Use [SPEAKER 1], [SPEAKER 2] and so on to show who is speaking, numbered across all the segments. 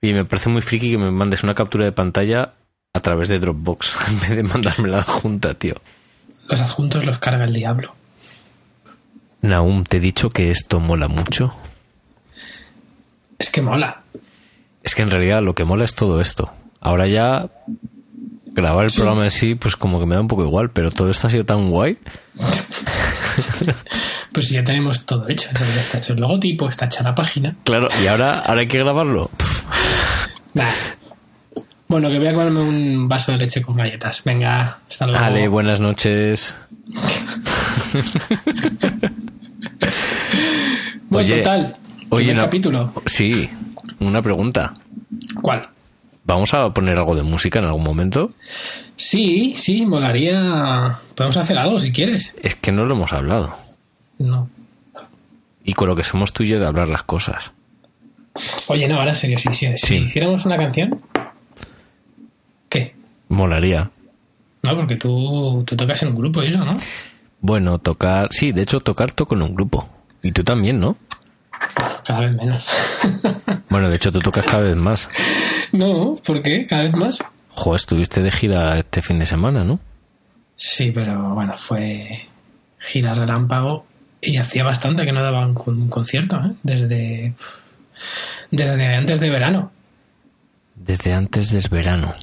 [SPEAKER 1] Y me parece muy friki que me mandes una captura de pantalla a través de Dropbox en vez de mandármela adjunta, tío.
[SPEAKER 2] Los adjuntos los carga el diablo.
[SPEAKER 1] Naum, te he dicho que esto mola mucho.
[SPEAKER 2] Es que mola.
[SPEAKER 1] Es que en realidad lo que mola es todo esto. Ahora ya grabar el
[SPEAKER 2] Sí.
[SPEAKER 1] programa en sí, pues como que me da un poco igual, pero todo esto ha sido tan guay.
[SPEAKER 2] Pues ya tenemos todo hecho. O sea, ya está hecho el logotipo, está hecha la página.
[SPEAKER 1] Claro, y ahora, ahora hay que grabarlo. Pff,
[SPEAKER 2] Nah. Bueno, que voy a comerme un vaso de leche con galletas. Venga, hasta luego.
[SPEAKER 1] Ale, buenas noches.
[SPEAKER 2] Bueno,
[SPEAKER 1] oye,
[SPEAKER 2] total.
[SPEAKER 1] oye,
[SPEAKER 2] primer
[SPEAKER 1] no-
[SPEAKER 2] capítulo.
[SPEAKER 1] Sí, una pregunta.
[SPEAKER 2] ¿Cuál?
[SPEAKER 1] ¿Vamos a poner algo de música en algún momento?
[SPEAKER 2] Sí, sí, molaría. Podemos hacer algo si quieres.
[SPEAKER 1] Es que no lo hemos hablado.
[SPEAKER 2] No.
[SPEAKER 1] Y con lo que somos tú y yo de hablar las cosas.
[SPEAKER 2] Oye, no, ahora en serio, sí, sí, si,
[SPEAKER 1] Sí.
[SPEAKER 2] hiciéramos una canción. ¿Qué?
[SPEAKER 1] Molaría.
[SPEAKER 2] No, porque tú, tú tocas en un grupo y eso, ¿no?
[SPEAKER 1] Bueno, tocar. Sí, de hecho, tocar toco en un grupo. Y tú también, ¿no?
[SPEAKER 2] Cada vez menos.
[SPEAKER 1] Bueno, de hecho, tú tocas cada vez más.
[SPEAKER 2] no, ¿por qué? Cada vez más.
[SPEAKER 1] Joder, estuviste de gira este fin de semana, ¿no?
[SPEAKER 2] Sí, pero bueno, fue girar relámpago y hacía bastante que no daban un, con- un concierto, ¿eh? Desde, desde antes de verano.
[SPEAKER 1] Desde antes del verano.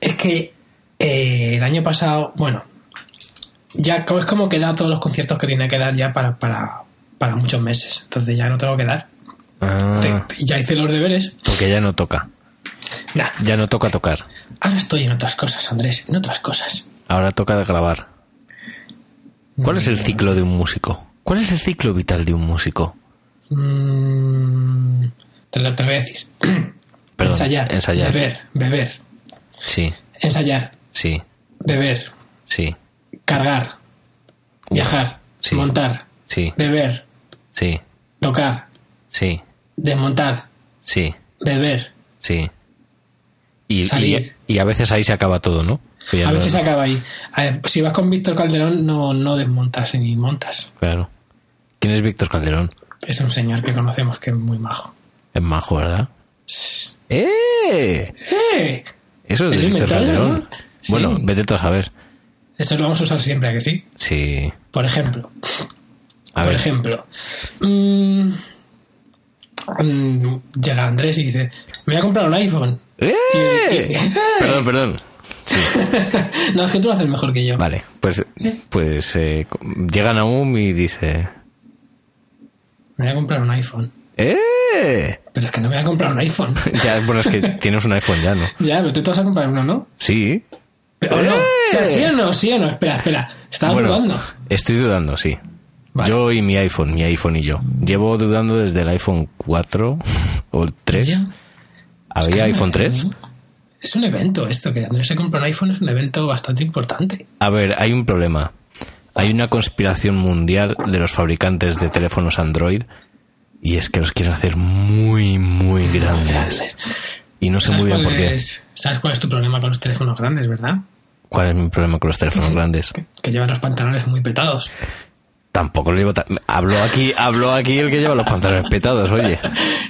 [SPEAKER 2] Es que eh, el año pasado, bueno, ya co- es como que da todos los conciertos que tenía que dar ya para, para, para muchos meses. Entonces ya no tengo que dar.
[SPEAKER 1] Ah,
[SPEAKER 2] Te- Ya hice los deberes.
[SPEAKER 1] porque ya no toca.
[SPEAKER 2] Nah,
[SPEAKER 1] Ya no toca tocar.
[SPEAKER 2] ahora estoy en otras cosas, Andrés, en otras cosas.
[SPEAKER 1] Ahora toca de grabar. ¿Cuál es el ciclo de un músico? ¿Cuál es el ciclo vital de un músico?
[SPEAKER 2] Mm, te lo te lo voy a decir.
[SPEAKER 1] Perdón,
[SPEAKER 2] ensayar,
[SPEAKER 1] Ensayar.
[SPEAKER 2] beber, beber,
[SPEAKER 1] Sí,
[SPEAKER 2] ensayar,
[SPEAKER 1] sí,
[SPEAKER 2] beber,
[SPEAKER 1] sí,
[SPEAKER 2] cargar,
[SPEAKER 1] Uf,
[SPEAKER 2] viajar,
[SPEAKER 1] sí.
[SPEAKER 2] montar,
[SPEAKER 1] sí,
[SPEAKER 2] beber,
[SPEAKER 1] sí,
[SPEAKER 2] tocar,
[SPEAKER 1] sí,
[SPEAKER 2] desmontar,
[SPEAKER 1] sí,
[SPEAKER 2] beber.
[SPEAKER 1] sí. Y, y-
[SPEAKER 2] Salir.
[SPEAKER 1] y a veces ahí se acaba todo, ¿no? Que ya
[SPEAKER 2] A
[SPEAKER 1] no-
[SPEAKER 2] veces acaba ahí. A ver, si vas con Víctor Calderón, no, no desmontas ni montas.
[SPEAKER 1] Claro. ¿Quién es Víctor Calderón?
[SPEAKER 2] Es un señor que conocemos que es muy majo.
[SPEAKER 1] Es majo, ¿verdad?
[SPEAKER 2] Shh.
[SPEAKER 1] ¡Eh!
[SPEAKER 2] ¡Eh!
[SPEAKER 1] Eso es de
[SPEAKER 2] Pero
[SPEAKER 1] Víctor
[SPEAKER 2] inventado,
[SPEAKER 1] Calderón.
[SPEAKER 2] ¿no? Sí.
[SPEAKER 1] Bueno, vete tú a saber.
[SPEAKER 2] Eso lo vamos a usar siempre, ¿a que sí?
[SPEAKER 1] Sí.
[SPEAKER 2] Por ejemplo.
[SPEAKER 1] A
[SPEAKER 2] por
[SPEAKER 1] ver.
[SPEAKER 2] ejemplo. Mm, mm, llega Andrés y dice, me voy a comprar un iPhone.
[SPEAKER 1] ¡Eh! Perdón, perdón.
[SPEAKER 2] No, es que tú lo haces mejor que yo.
[SPEAKER 1] Vale, pues, pues eh, co- llegan a un y dice...
[SPEAKER 2] Me voy a comprar un iPhone.
[SPEAKER 1] ¡Eh!
[SPEAKER 2] Pero es que no me voy a comprar un iPhone.
[SPEAKER 1] Ya, bueno, es que tienes un iPhone ya, ¿no?
[SPEAKER 2] ya, pero tú te vas a comprar uno, ¿no?
[SPEAKER 1] Sí.
[SPEAKER 2] ¿O no?
[SPEAKER 1] ¡Eh!
[SPEAKER 2] O sea, ¿sí o no? ¿Sí o no? Espera, espera. Estaba
[SPEAKER 1] Bueno,
[SPEAKER 2] dudando.
[SPEAKER 1] Estoy dudando, sí.
[SPEAKER 2] Vale.
[SPEAKER 1] Yo y mi iPhone, mi iPhone y yo. Llevo dudando desde el iPhone 4 o el 3.
[SPEAKER 2] Ya. Es
[SPEAKER 1] ¿Había
[SPEAKER 2] que es
[SPEAKER 1] iPhone
[SPEAKER 2] un-
[SPEAKER 1] 3?
[SPEAKER 2] Es un evento esto, que Andrés se compra un iPhone es un evento bastante importante.
[SPEAKER 1] A ver, hay un problema. Hay una conspiración mundial de los fabricantes de teléfonos Android y es que los quieren hacer muy, muy grandes. Y no sé
[SPEAKER 2] ¿Sabes
[SPEAKER 1] muy bien
[SPEAKER 2] cuál
[SPEAKER 1] por qué.
[SPEAKER 2] es- ¿Sabes cuál es tu problema con los teléfonos grandes, verdad?
[SPEAKER 1] ¿Cuál es mi problema con los teléfonos grandes?
[SPEAKER 2] Que llevan los pantalones muy petados.
[SPEAKER 1] Tampoco lo llevo tan... Habló aquí, habló aquí el que lleva los pantalones petados, oye.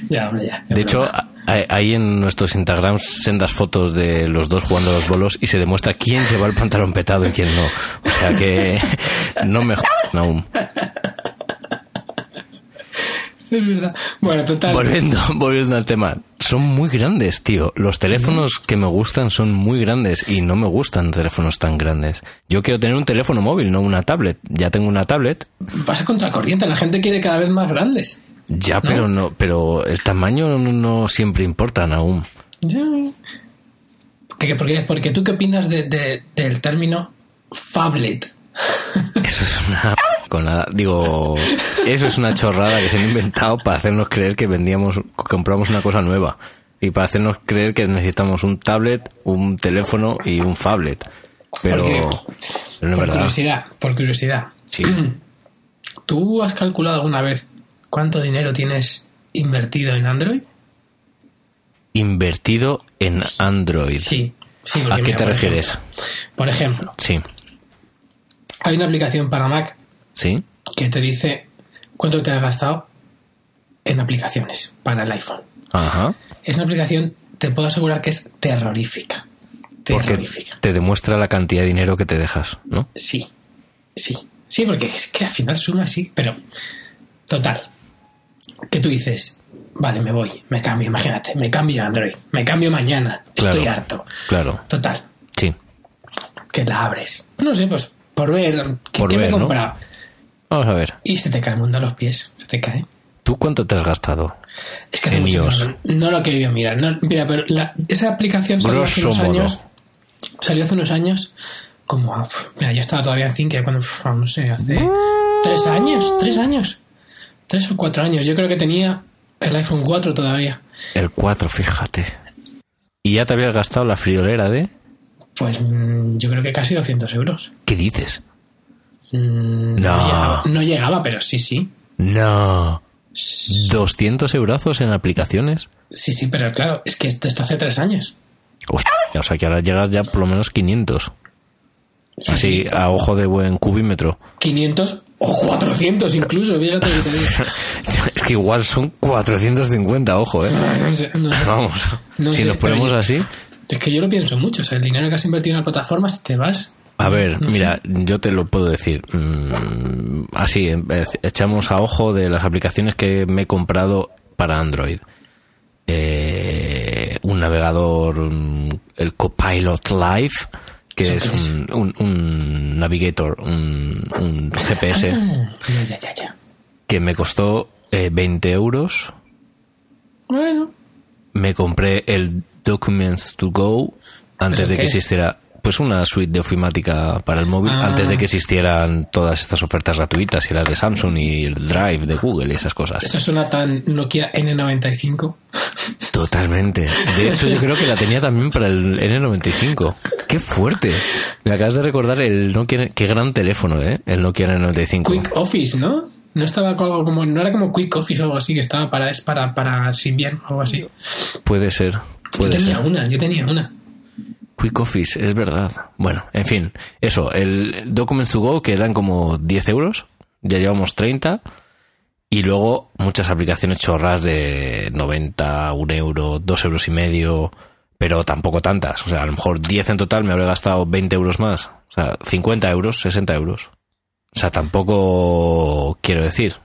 [SPEAKER 2] Ya, hombre, ya.
[SPEAKER 1] De hecho, a- a- hay en nuestros Instagrams sendas fotos de los dos jugando a los bolos y se demuestra quién lleva el pantalón petado y quién no. O sea que no me jodas aún.
[SPEAKER 2] Es verdad. Bueno, total.
[SPEAKER 1] Volviendo, volviendo al tema. Son muy grandes, tío. Los teléfonos que me gustan son muy grandes y no me gustan teléfonos tan grandes. Yo quiero tener un teléfono móvil, no una tablet. Ya tengo una tablet.
[SPEAKER 2] Pasa contracorriente, la gente quiere cada vez más grandes.
[SPEAKER 1] Ya, pero no, pero el tamaño no, no siempre importa aún.
[SPEAKER 2] Ya. Que- que Porque, porque tú qué opinas de- de- del término phablet.
[SPEAKER 1] Eso es una con nada. Digo, eso es una chorrada que se han inventado para hacernos creer que vendíamos, compramos una cosa nueva. Y para hacernos creer que necesitamos un tablet, un teléfono y un phablet. Pero,
[SPEAKER 2] Porque-
[SPEAKER 1] pero no es
[SPEAKER 2] por
[SPEAKER 1] verdad.
[SPEAKER 2] curiosidad, por curiosidad.
[SPEAKER 1] Sí.
[SPEAKER 2] ¿Tú has calculado alguna vez cuánto dinero tienes invertido en Android?
[SPEAKER 1] Invertido en Android.
[SPEAKER 2] Sí, sí.
[SPEAKER 1] ¿A
[SPEAKER 2] porque
[SPEAKER 1] qué
[SPEAKER 2] mira,
[SPEAKER 1] te
[SPEAKER 2] por
[SPEAKER 1] refieres?
[SPEAKER 2] ejemplo- por ejemplo,
[SPEAKER 1] Sí,
[SPEAKER 2] hay una aplicación para Mac
[SPEAKER 1] sí.
[SPEAKER 2] que te dice cuánto te has gastado en aplicaciones para el iPhone.
[SPEAKER 1] Ajá.
[SPEAKER 2] Es una aplicación te puedo asegurar que es terrorífica.
[SPEAKER 1] Porque
[SPEAKER 2] Terrorífica.
[SPEAKER 1] te demuestra la cantidad de dinero que te dejas, ¿no?
[SPEAKER 2] Sí, sí. Sí, porque es que al final suma así, pero total. Que tú dices, vale, me voy, me cambio, imagínate, me cambio a Android, me cambio mañana, estoy
[SPEAKER 1] Claro.
[SPEAKER 2] harto.
[SPEAKER 1] Claro,
[SPEAKER 2] Total,
[SPEAKER 1] sí.
[SPEAKER 2] que la abres. No sé, pues por ver qué,
[SPEAKER 1] Por
[SPEAKER 2] qué me
[SPEAKER 1] ver,
[SPEAKER 2] he
[SPEAKER 1] ¿no?
[SPEAKER 2] comprado.
[SPEAKER 1] Vamos a ver.
[SPEAKER 2] Y se te cae el mundo a los pies, se te cae.
[SPEAKER 1] ¿Tú cuánto te has gastado?
[SPEAKER 2] Es que hace
[SPEAKER 1] En
[SPEAKER 2] mucho
[SPEAKER 1] iOS.
[SPEAKER 2] tiempo que no lo he querido mirar. No, mira, pero la- esa aplicación salió hace
[SPEAKER 1] Grosso
[SPEAKER 2] unos
[SPEAKER 1] modo.
[SPEAKER 2] años. Salió hace unos años como... ah, uf, Mira, yo estaba todavía en Cinque cuando... uf, No sé, hace... Tres años, tres años. Tres o cuatro años. Yo creo que tenía el iPhone 4 todavía.
[SPEAKER 1] El 4, fíjate. ¿Y ya te habías gastado la friolera de...?
[SPEAKER 2] Pues mm, yo creo que casi 200 euros.
[SPEAKER 1] ¿Qué dices?
[SPEAKER 2] Mm,
[SPEAKER 1] No.
[SPEAKER 2] llegaba, no llegaba, pero sí, sí.
[SPEAKER 1] No.
[SPEAKER 2] Sí,
[SPEAKER 1] 200 eurazos en aplicaciones.
[SPEAKER 2] sí, pero claro, es que esto, esto hace tres años.
[SPEAKER 1] Hostia, o sea que ahora llegas ya por lo menos 500.
[SPEAKER 2] Sí,
[SPEAKER 1] Así,
[SPEAKER 2] sí.
[SPEAKER 1] a ojo de buen cubímetro.
[SPEAKER 2] 500 o 400 incluso, fíjate que te digo.
[SPEAKER 1] es que igual son 450, ojo, ¿eh?
[SPEAKER 2] No sé, no sé.
[SPEAKER 1] Vamos.
[SPEAKER 2] No
[SPEAKER 1] si
[SPEAKER 2] sé,
[SPEAKER 1] nos ponemos
[SPEAKER 2] pero yo-
[SPEAKER 1] así...
[SPEAKER 2] Es que yo lo pienso mucho. O sea, el dinero que has invertido en la plataforma, si te vas.
[SPEAKER 1] A ver,
[SPEAKER 2] no
[SPEAKER 1] mira, yo te lo puedo decir. Mm, así, eh, echamos a ojo de las aplicaciones que me he comprado para Android. Eh, un navegador, un- el Copilot Live, que es
[SPEAKER 2] ¿Eso qué es?
[SPEAKER 1] un, un- un navigator, un, un GPS,
[SPEAKER 2] Ah, ya, ya, ya, ya.
[SPEAKER 1] que me costó eh, 20 euros.
[SPEAKER 2] Bueno.
[SPEAKER 1] Me compré el Documents to Go antes
[SPEAKER 2] ¿Eso
[SPEAKER 1] de
[SPEAKER 2] qué
[SPEAKER 1] que
[SPEAKER 2] es?
[SPEAKER 1] existiera pues una suite de ofimática para el móvil
[SPEAKER 2] Ah.
[SPEAKER 1] antes de que existieran todas estas ofertas gratuitas y las de Samsung y el Drive de Google y esas cosas.
[SPEAKER 2] Eso suena tan Nokia N95.
[SPEAKER 1] Totalmente. De hecho, yo creo que la tenía también para el N95. ¡Qué fuerte! Me acabas de recordar el Nokia... ¡Qué gran teléfono, eh! El Nokia N95.
[SPEAKER 2] Quick Office, ¿no? No estaba con algo como. No era como Quick Office o algo así, que estaba para, es para, para Symbian o algo así.
[SPEAKER 1] Puede ser.
[SPEAKER 2] Yo
[SPEAKER 1] Puede
[SPEAKER 2] tenía
[SPEAKER 1] ser.
[SPEAKER 2] una, yo tenía una.
[SPEAKER 1] Quick Office, es verdad. Bueno, en fin, eso, el Documents to Go, que eran como 10 euros, ya llevamos 30, y luego muchas aplicaciones chorras de 90, 1 euro, 2 euros y medio, pero tampoco tantas. O sea, a lo mejor 10 en total me habré gastado 20 euros más. O sea, 50 euros, 60 euros. O sea, tampoco quiero decir.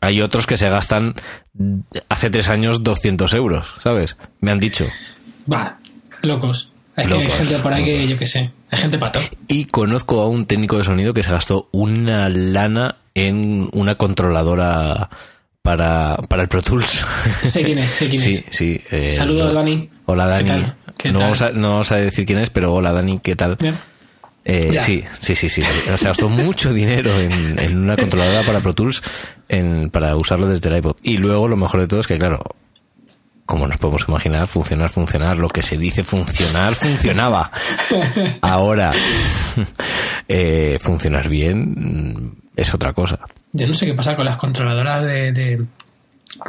[SPEAKER 1] Hay otros que se gastan mm, hace tres años 200 euros, ¿sabes? Me han dicho.
[SPEAKER 2] Va, locos. Es que
[SPEAKER 1] Locos,
[SPEAKER 2] hay gente por ahí que
[SPEAKER 1] locos.
[SPEAKER 2] yo qué sé. Hay gente pato.
[SPEAKER 1] Y conozco a un técnico de sonido que se gastó una lana en una controladora para, para el Pro Tools.
[SPEAKER 2] Sé quién es, sé quién
[SPEAKER 1] sí,
[SPEAKER 2] es.
[SPEAKER 1] sí. eh,
[SPEAKER 2] Saludos,
[SPEAKER 1] lo-
[SPEAKER 2] Dani.
[SPEAKER 1] Hola,
[SPEAKER 2] ¿Qué
[SPEAKER 1] Dani.
[SPEAKER 2] tal? ¿Qué
[SPEAKER 1] no,
[SPEAKER 2] tal?
[SPEAKER 1] Vamos a, no vamos a decir quién es, pero hola, Dani, ¿qué tal?
[SPEAKER 2] Bien.
[SPEAKER 1] Eh,
[SPEAKER 2] Ya.
[SPEAKER 1] sí, sí, sí, sí. Se gastó mucho dinero en, en una controladora para Pro Tools en- para usarlo desde el iPod. Y luego lo mejor de todo es que, claro, como nos podemos imaginar, funcionar, funcionar. Lo que se dice funcionar, funcionaba. Ahora, eh, funcionar bien mm, es otra cosa.
[SPEAKER 2] Yo no sé qué pasa con las controladoras de, de-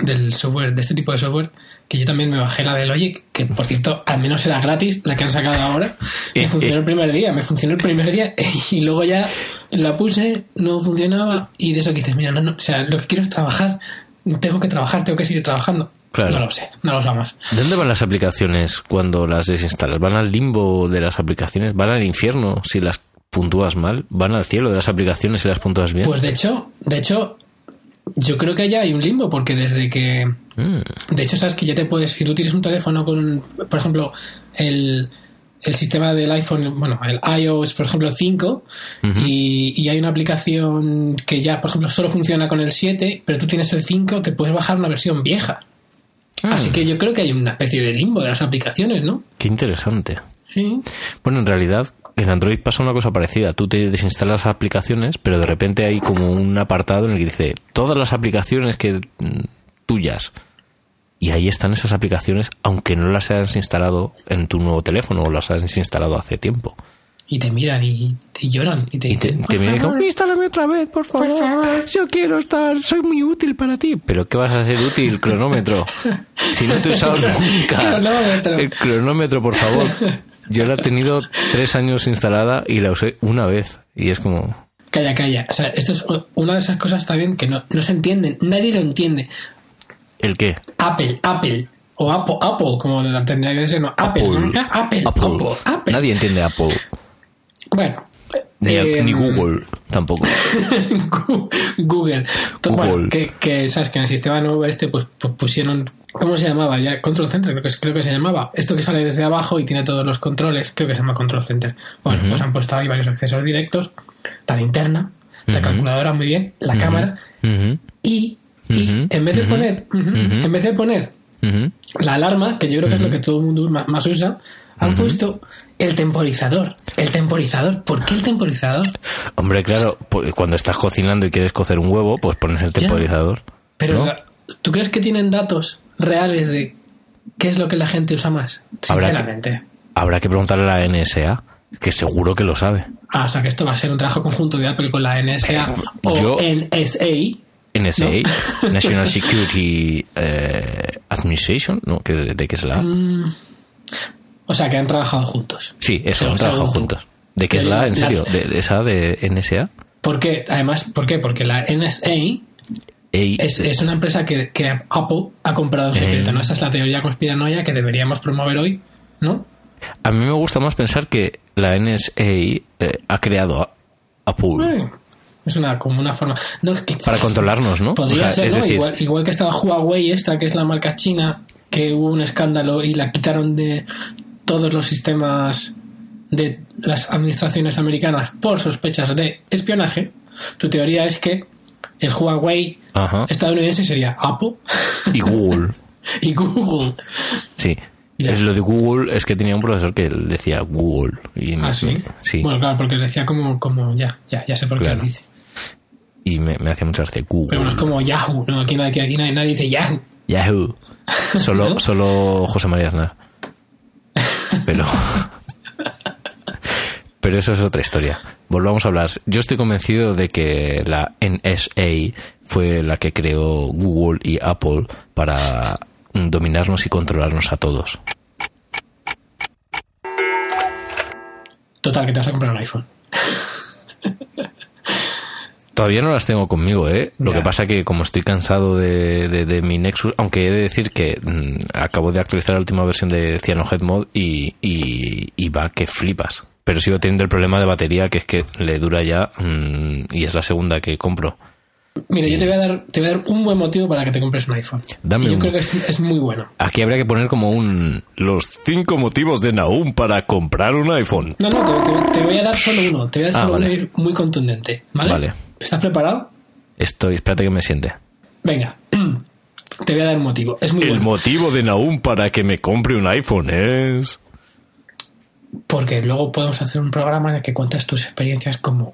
[SPEAKER 2] del software, de este tipo de software, que yo también me bajé la de Logic, que por cierto, al menos era gratis, la que han sacado ahora.
[SPEAKER 1] Eh,
[SPEAKER 2] Me funcionó el primer día, me funcionó el primer día y luego ya la puse, no funcionaba y de eso que dices, mira, no, no, o sea, lo que quiero es trabajar, tengo que trabajar, tengo que seguir trabajando.
[SPEAKER 1] Claro.
[SPEAKER 2] No lo sé, no lo sabemos.
[SPEAKER 1] ¿Dónde van las aplicaciones cuando las desinstalas? ¿Van al limbo de las aplicaciones? ¿Van al infierno si las puntúas mal? ¿Van al cielo de las aplicaciones si las puntúas bien?
[SPEAKER 2] Pues de hecho, de hecho, yo creo que allá hay un limbo, porque desde que
[SPEAKER 1] Mm.
[SPEAKER 2] De hecho, sabes que ya te puedes, si tú tienes un teléfono con, por ejemplo, el, el sistema del iPhone, bueno, el iOS, por ejemplo, 5, y, y hay una aplicación que ya, por ejemplo, solo funciona con el 7, pero tú tienes el 5, te puedes bajar una versión vieja.
[SPEAKER 1] Ah.
[SPEAKER 2] Así que yo creo que hay una especie de limbo de las aplicaciones, ¿no?
[SPEAKER 1] Qué interesante.
[SPEAKER 2] Sí.
[SPEAKER 1] Bueno, en realidad en Android pasa una cosa parecida. Tú te desinstalas aplicaciones, pero de repente hay como un apartado en el que dice todas las aplicaciones que mm, tuyas. Y ahí están esas aplicaciones, aunque no las hayas instalado en tu nuevo teléfono o las hayas instalado hace tiempo.
[SPEAKER 2] Y te miran y te lloran y te
[SPEAKER 1] Y te,
[SPEAKER 2] dicen,
[SPEAKER 1] te viene y dice, instálame otra vez, por favor. Yo quiero estar, soy muy útil para ti. Pero ¿qué vas a ser útil, cronómetro? si no te he usado nunca.
[SPEAKER 2] Cronómetro.
[SPEAKER 1] El cronómetro, por favor. Yo la he tenido tres años instalada y la usé una vez. Y es como...
[SPEAKER 2] Calla, calla. O sea, esto es una de esas cosas también que no, no se entienden, nadie lo entiende.
[SPEAKER 1] ¿El qué?
[SPEAKER 2] Apple, Apple. O Apple, Apple como la tendría que ser, no, Apple,
[SPEAKER 1] Apple.
[SPEAKER 2] ¿no? Apple,
[SPEAKER 1] Apple.
[SPEAKER 2] Apple, Apple.
[SPEAKER 1] Nadie entiende Apple.
[SPEAKER 2] Bueno.
[SPEAKER 1] Ni,
[SPEAKER 2] eh,
[SPEAKER 1] ni Google tampoco.
[SPEAKER 2] Gu- Google. Entonces,
[SPEAKER 1] Google.
[SPEAKER 2] bueno, que, que, sabes que en el sistema nuevo este pues, pu- pusieron ¿cómo se llamaba? Ya Control Center creo que es- creo que se llamaba. Esto que sale desde abajo y tiene todos los controles, creo que se llama Control Center. Bueno, pues han puesto ahí varios accesos directos, la linterna, la calculadora muy bien, la cámara
[SPEAKER 1] Ujú,
[SPEAKER 2] y, y
[SPEAKER 1] Ujú,
[SPEAKER 2] en vez de poner ujú, en vez de poner
[SPEAKER 1] ujú.
[SPEAKER 2] la alarma, que yo creo que es lo que todo el mundo ma- más usa, han puesto el temporizador. El temporizador. ¿Por qué el temporizador?
[SPEAKER 1] Hombre, claro, por- cuando estás cocinando y quieres cocer un huevo, pues pones el temporizador.
[SPEAKER 2] Pero,
[SPEAKER 1] ¿no?
[SPEAKER 2] la- ¿tú crees que tienen datos reales de qué es lo que la gente usa más?
[SPEAKER 1] Habrá que-
[SPEAKER 2] Sinceramente.
[SPEAKER 1] Habrá que preguntarle a la NSA, que seguro que lo sabe.
[SPEAKER 2] Ah, o sea que esto va a ser un trabajo conjunto de Apple con la NSA o
[SPEAKER 1] yo-
[SPEAKER 2] NSA.
[SPEAKER 1] NSA, National Security eh, Administration, ¿no? ¿Que- ¿De qué es la A?
[SPEAKER 2] Mm. O sea que han trabajado juntos.
[SPEAKER 1] Sí, eso,
[SPEAKER 2] Según-
[SPEAKER 1] han trabajado
[SPEAKER 2] según tú.
[SPEAKER 1] juntos. ¿De qué es
[SPEAKER 2] Que
[SPEAKER 1] la A, en
[SPEAKER 2] las-
[SPEAKER 1] serio? ¿De esa de NSA?
[SPEAKER 2] ¿Por qué? Además, ¿por qué? Porque la NSA
[SPEAKER 1] Ey,
[SPEAKER 2] es, es una empresa que, que Apple ha comprado en
[SPEAKER 1] Eh.
[SPEAKER 2] secreto, ¿no? Esa es la teoría conspiranoia que deberíamos promover hoy, ¿no?
[SPEAKER 1] A mí me gusta más pensar que la NSA eh, ha creado a Apple
[SPEAKER 2] Eh, Es una, como una forma... No, es que-
[SPEAKER 1] para controlarnos, ¿no? O sea,
[SPEAKER 2] Podría ser,
[SPEAKER 1] es
[SPEAKER 2] ¿no?
[SPEAKER 1] decir,
[SPEAKER 2] igual, igual que estaba Huawei, esta que es la marca china, que hubo un escándalo y la quitaron de todos los sistemas de las administraciones americanas por sospechas de espionaje. Tu teoría es que el Huawei
[SPEAKER 1] ajá,
[SPEAKER 2] estadounidense sería Apple
[SPEAKER 1] y Google.
[SPEAKER 2] y Google.
[SPEAKER 1] Sí.
[SPEAKER 2] Ya.
[SPEAKER 1] Es lo de Google es que tenía un profesor que él decía Google. Y me,
[SPEAKER 2] ¿Ah, sí?
[SPEAKER 1] me- sí,
[SPEAKER 2] Bueno, claro, porque decía como, como ya, ya, ya sé por qué
[SPEAKER 1] Claro.
[SPEAKER 2] lo dice.
[SPEAKER 1] y me, me hacía mucha gracia. Google.
[SPEAKER 2] Pero bueno, es como Yahoo, ¿no? Aquí, nadie- aquí nadie, nadie dice Yahoo.
[SPEAKER 1] Yahoo. Solo,
[SPEAKER 2] ¿No?
[SPEAKER 1] solo José María Aznar. Pero. Pero eso es otra historia. Volvamos a hablar. Yo estoy convencido de que la NSA fue la que creó Google y Apple para dominarnos y controlarnos a todos.
[SPEAKER 2] Total, que te vas a comprar un iPhone.
[SPEAKER 1] Todavía no las tengo conmigo, ¿eh? Lo
[SPEAKER 2] Ya.
[SPEAKER 1] que pasa que como estoy cansado de, de- de mi Nexus, aunque he de decir que mm, acabo de actualizar la última versión de Cyanohead Mod y, y- y va que flipas. Pero sigo teniendo el problema de batería que es que le dura ya mm, y es la segunda que compro.
[SPEAKER 2] Mira, yo te voy, a dar, te voy a dar un buen motivo para que te compres un iPhone.
[SPEAKER 1] Dame
[SPEAKER 2] Y yo
[SPEAKER 1] uno.
[SPEAKER 2] creo que es, es muy bueno.
[SPEAKER 1] Aquí habría que poner como un... Los cinco motivos de Naum para comprar un iPhone.
[SPEAKER 2] No, no, te, te- te voy a dar solo uno. Te voy a dar
[SPEAKER 1] Ah,
[SPEAKER 2] solo
[SPEAKER 1] vale.
[SPEAKER 2] uno muy contundente. ¿Vale?
[SPEAKER 1] Vale.
[SPEAKER 2] ¿Estás preparado?
[SPEAKER 1] Estoy, espérate que me siente.
[SPEAKER 2] Venga. Te voy a dar un motivo. Es muy
[SPEAKER 1] El
[SPEAKER 2] bueno.
[SPEAKER 1] motivo de Naum para que me compre un iPhone es...
[SPEAKER 2] porque luego podemos hacer un programa en el que cuentas tus experiencias como,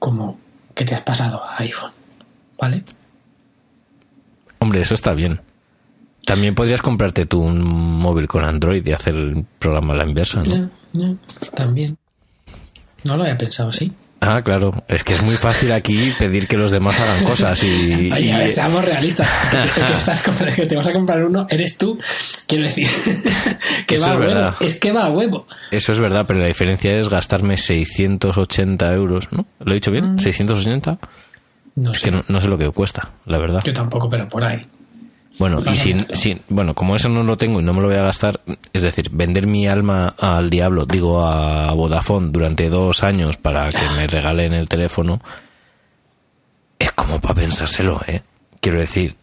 [SPEAKER 2] como que te has pasado a iPhone. ¿Vale?
[SPEAKER 1] Hombre, eso está bien. También podrías comprarte tú un móvil con Android y hacer el programa a la inversa, ¿no?
[SPEAKER 2] Ya, ya, también. No lo había pensado así.
[SPEAKER 1] Ah, claro. Es que es muy fácil aquí pedir que los demás hagan cosas y...
[SPEAKER 2] Oye,
[SPEAKER 1] y-
[SPEAKER 2] a ver, seamos realistas. El que- el que, estás comprando- el que te vas a comprar uno eres tú. Quiero decir, que
[SPEAKER 1] Eso
[SPEAKER 2] va
[SPEAKER 1] es
[SPEAKER 2] a
[SPEAKER 1] verdad.
[SPEAKER 2] huevo. Es que va a huevo.
[SPEAKER 1] Eso es verdad, pero la diferencia es gastarme 680 euros, ¿no? ¿Lo he dicho bien? ¿680?
[SPEAKER 2] No
[SPEAKER 1] Es
[SPEAKER 2] sé.
[SPEAKER 1] que no, no sé lo que cuesta, la verdad.
[SPEAKER 2] Yo tampoco, pero por ahí.
[SPEAKER 1] Bueno, y
[SPEAKER 2] Pasa
[SPEAKER 1] sin,
[SPEAKER 2] mucho.
[SPEAKER 1] sin- bueno, como eso no lo tengo y no me lo voy a gastar, es decir, vender mi alma al diablo, digo a Vodafone durante dos años para que me regalen el teléfono, es como para pensárselo, ¿eh? Quiero decir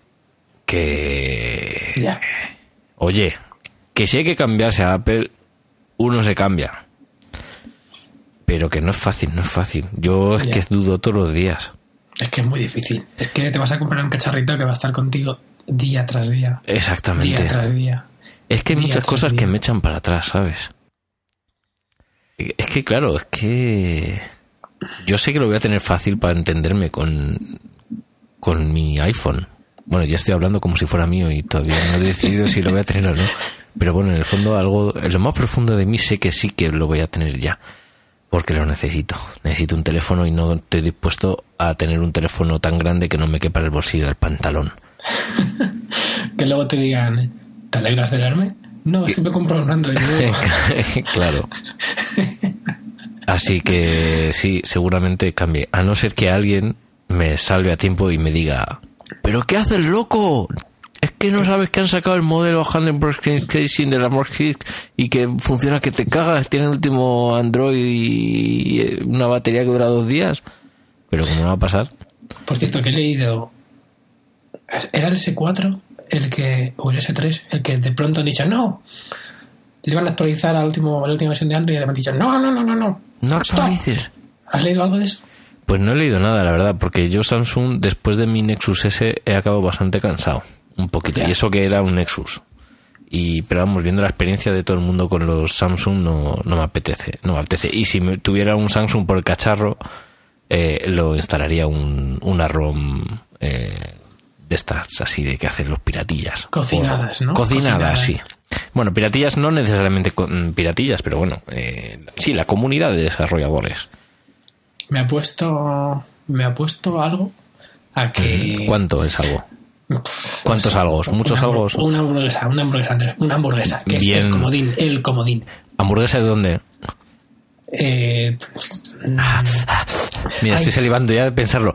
[SPEAKER 1] que,
[SPEAKER 2] Ya.
[SPEAKER 1] oye, que si hay que cambiarse a Apple, uno se cambia. Pero que no es fácil, no es fácil. Yo es
[SPEAKER 2] Ya.
[SPEAKER 1] que dudo todos los días.
[SPEAKER 2] Es que es muy difícil. Es que te vas a comprar un cacharrito que va a estar contigo día tras día.
[SPEAKER 1] Exactamente.
[SPEAKER 2] Día tras día.
[SPEAKER 1] Es que hay
[SPEAKER 2] Día
[SPEAKER 1] muchas
[SPEAKER 2] tras
[SPEAKER 1] cosas
[SPEAKER 2] día.
[SPEAKER 1] que me echan para atrás, ¿sabes? Es que, claro, es que. Yo sé que lo voy a tener fácil para entenderme con. con mi iPhone. Bueno, ya estoy hablando como si fuera mío y todavía no he decidido si lo voy a tener o no. Pero bueno, en el fondo, algo. En lo más profundo de mí sé que sí que lo voy a tener ya. Porque lo necesito. Necesito un teléfono y no estoy dispuesto a tener un teléfono tan grande que no me quepa en el bolsillo del pantalón.
[SPEAKER 2] Que luego te digan, ¿te alegras de verme? No, siempre compro un Android nuevo.
[SPEAKER 1] claro. Así que sí, seguramente cambie. A no ser que alguien me salve a tiempo y me diga, ¿pero qué haces, loco? Es que no sabes que han sacado el modelo Hindenburg Tracing de la Morse y que funciona que te cagas, tiene el último Android y eh, una batería que dura dos días. Pero ¿cómo va a pasar?
[SPEAKER 2] Por cierto, que he leído. ¿Era el S4 el que, o el S3 el que de pronto han dicho no? Le van a actualizar al último, a la última versión de Android y le han dicho no, no, no, no, no.
[SPEAKER 1] No
[SPEAKER 2] Stop.
[SPEAKER 1] actualices.
[SPEAKER 2] ¿Has leído algo de eso?
[SPEAKER 1] Pues no he leído nada, la verdad, porque yo Samsung, después de mi Nexus S, he acabado bastante cansado. Un poquito.
[SPEAKER 2] Ya.
[SPEAKER 1] Y eso que era un Nexus. Y, pero vamos, viendo la experiencia de todo el mundo con los Samsung, no, no me apetece. No me apetece. Y si me tuviera un Samsung por el cacharro, eh, lo instalaría un, una ROM eh, de estas así de que hacen los piratillas.
[SPEAKER 2] Cocinadas, ¿no?
[SPEAKER 1] Cocinadas,
[SPEAKER 2] Cocinadas.
[SPEAKER 1] sí. Bueno, piratillas no necesariamente con- piratillas, pero bueno, eh, sí, la comunidad de desarrolladores.
[SPEAKER 2] Me ha puesto. Me ha puesto algo
[SPEAKER 1] Mm,
[SPEAKER 2] a que.
[SPEAKER 1] Eh, ¿Cuánto es algo?
[SPEAKER 2] Mm. Pff,
[SPEAKER 1] ¿Cuántos algos? ¿Muchos
[SPEAKER 2] una hamburg-
[SPEAKER 1] algos?
[SPEAKER 2] Una hamburguesa, una hamburguesa, Andrés. Una hamburguesa, que es
[SPEAKER 1] Bien.
[SPEAKER 2] el comodín, el comodín.
[SPEAKER 1] ¿Hamburguesa de dónde?
[SPEAKER 2] Eh,
[SPEAKER 1] Ah. Mira, estoy salivando ya de pensarlo.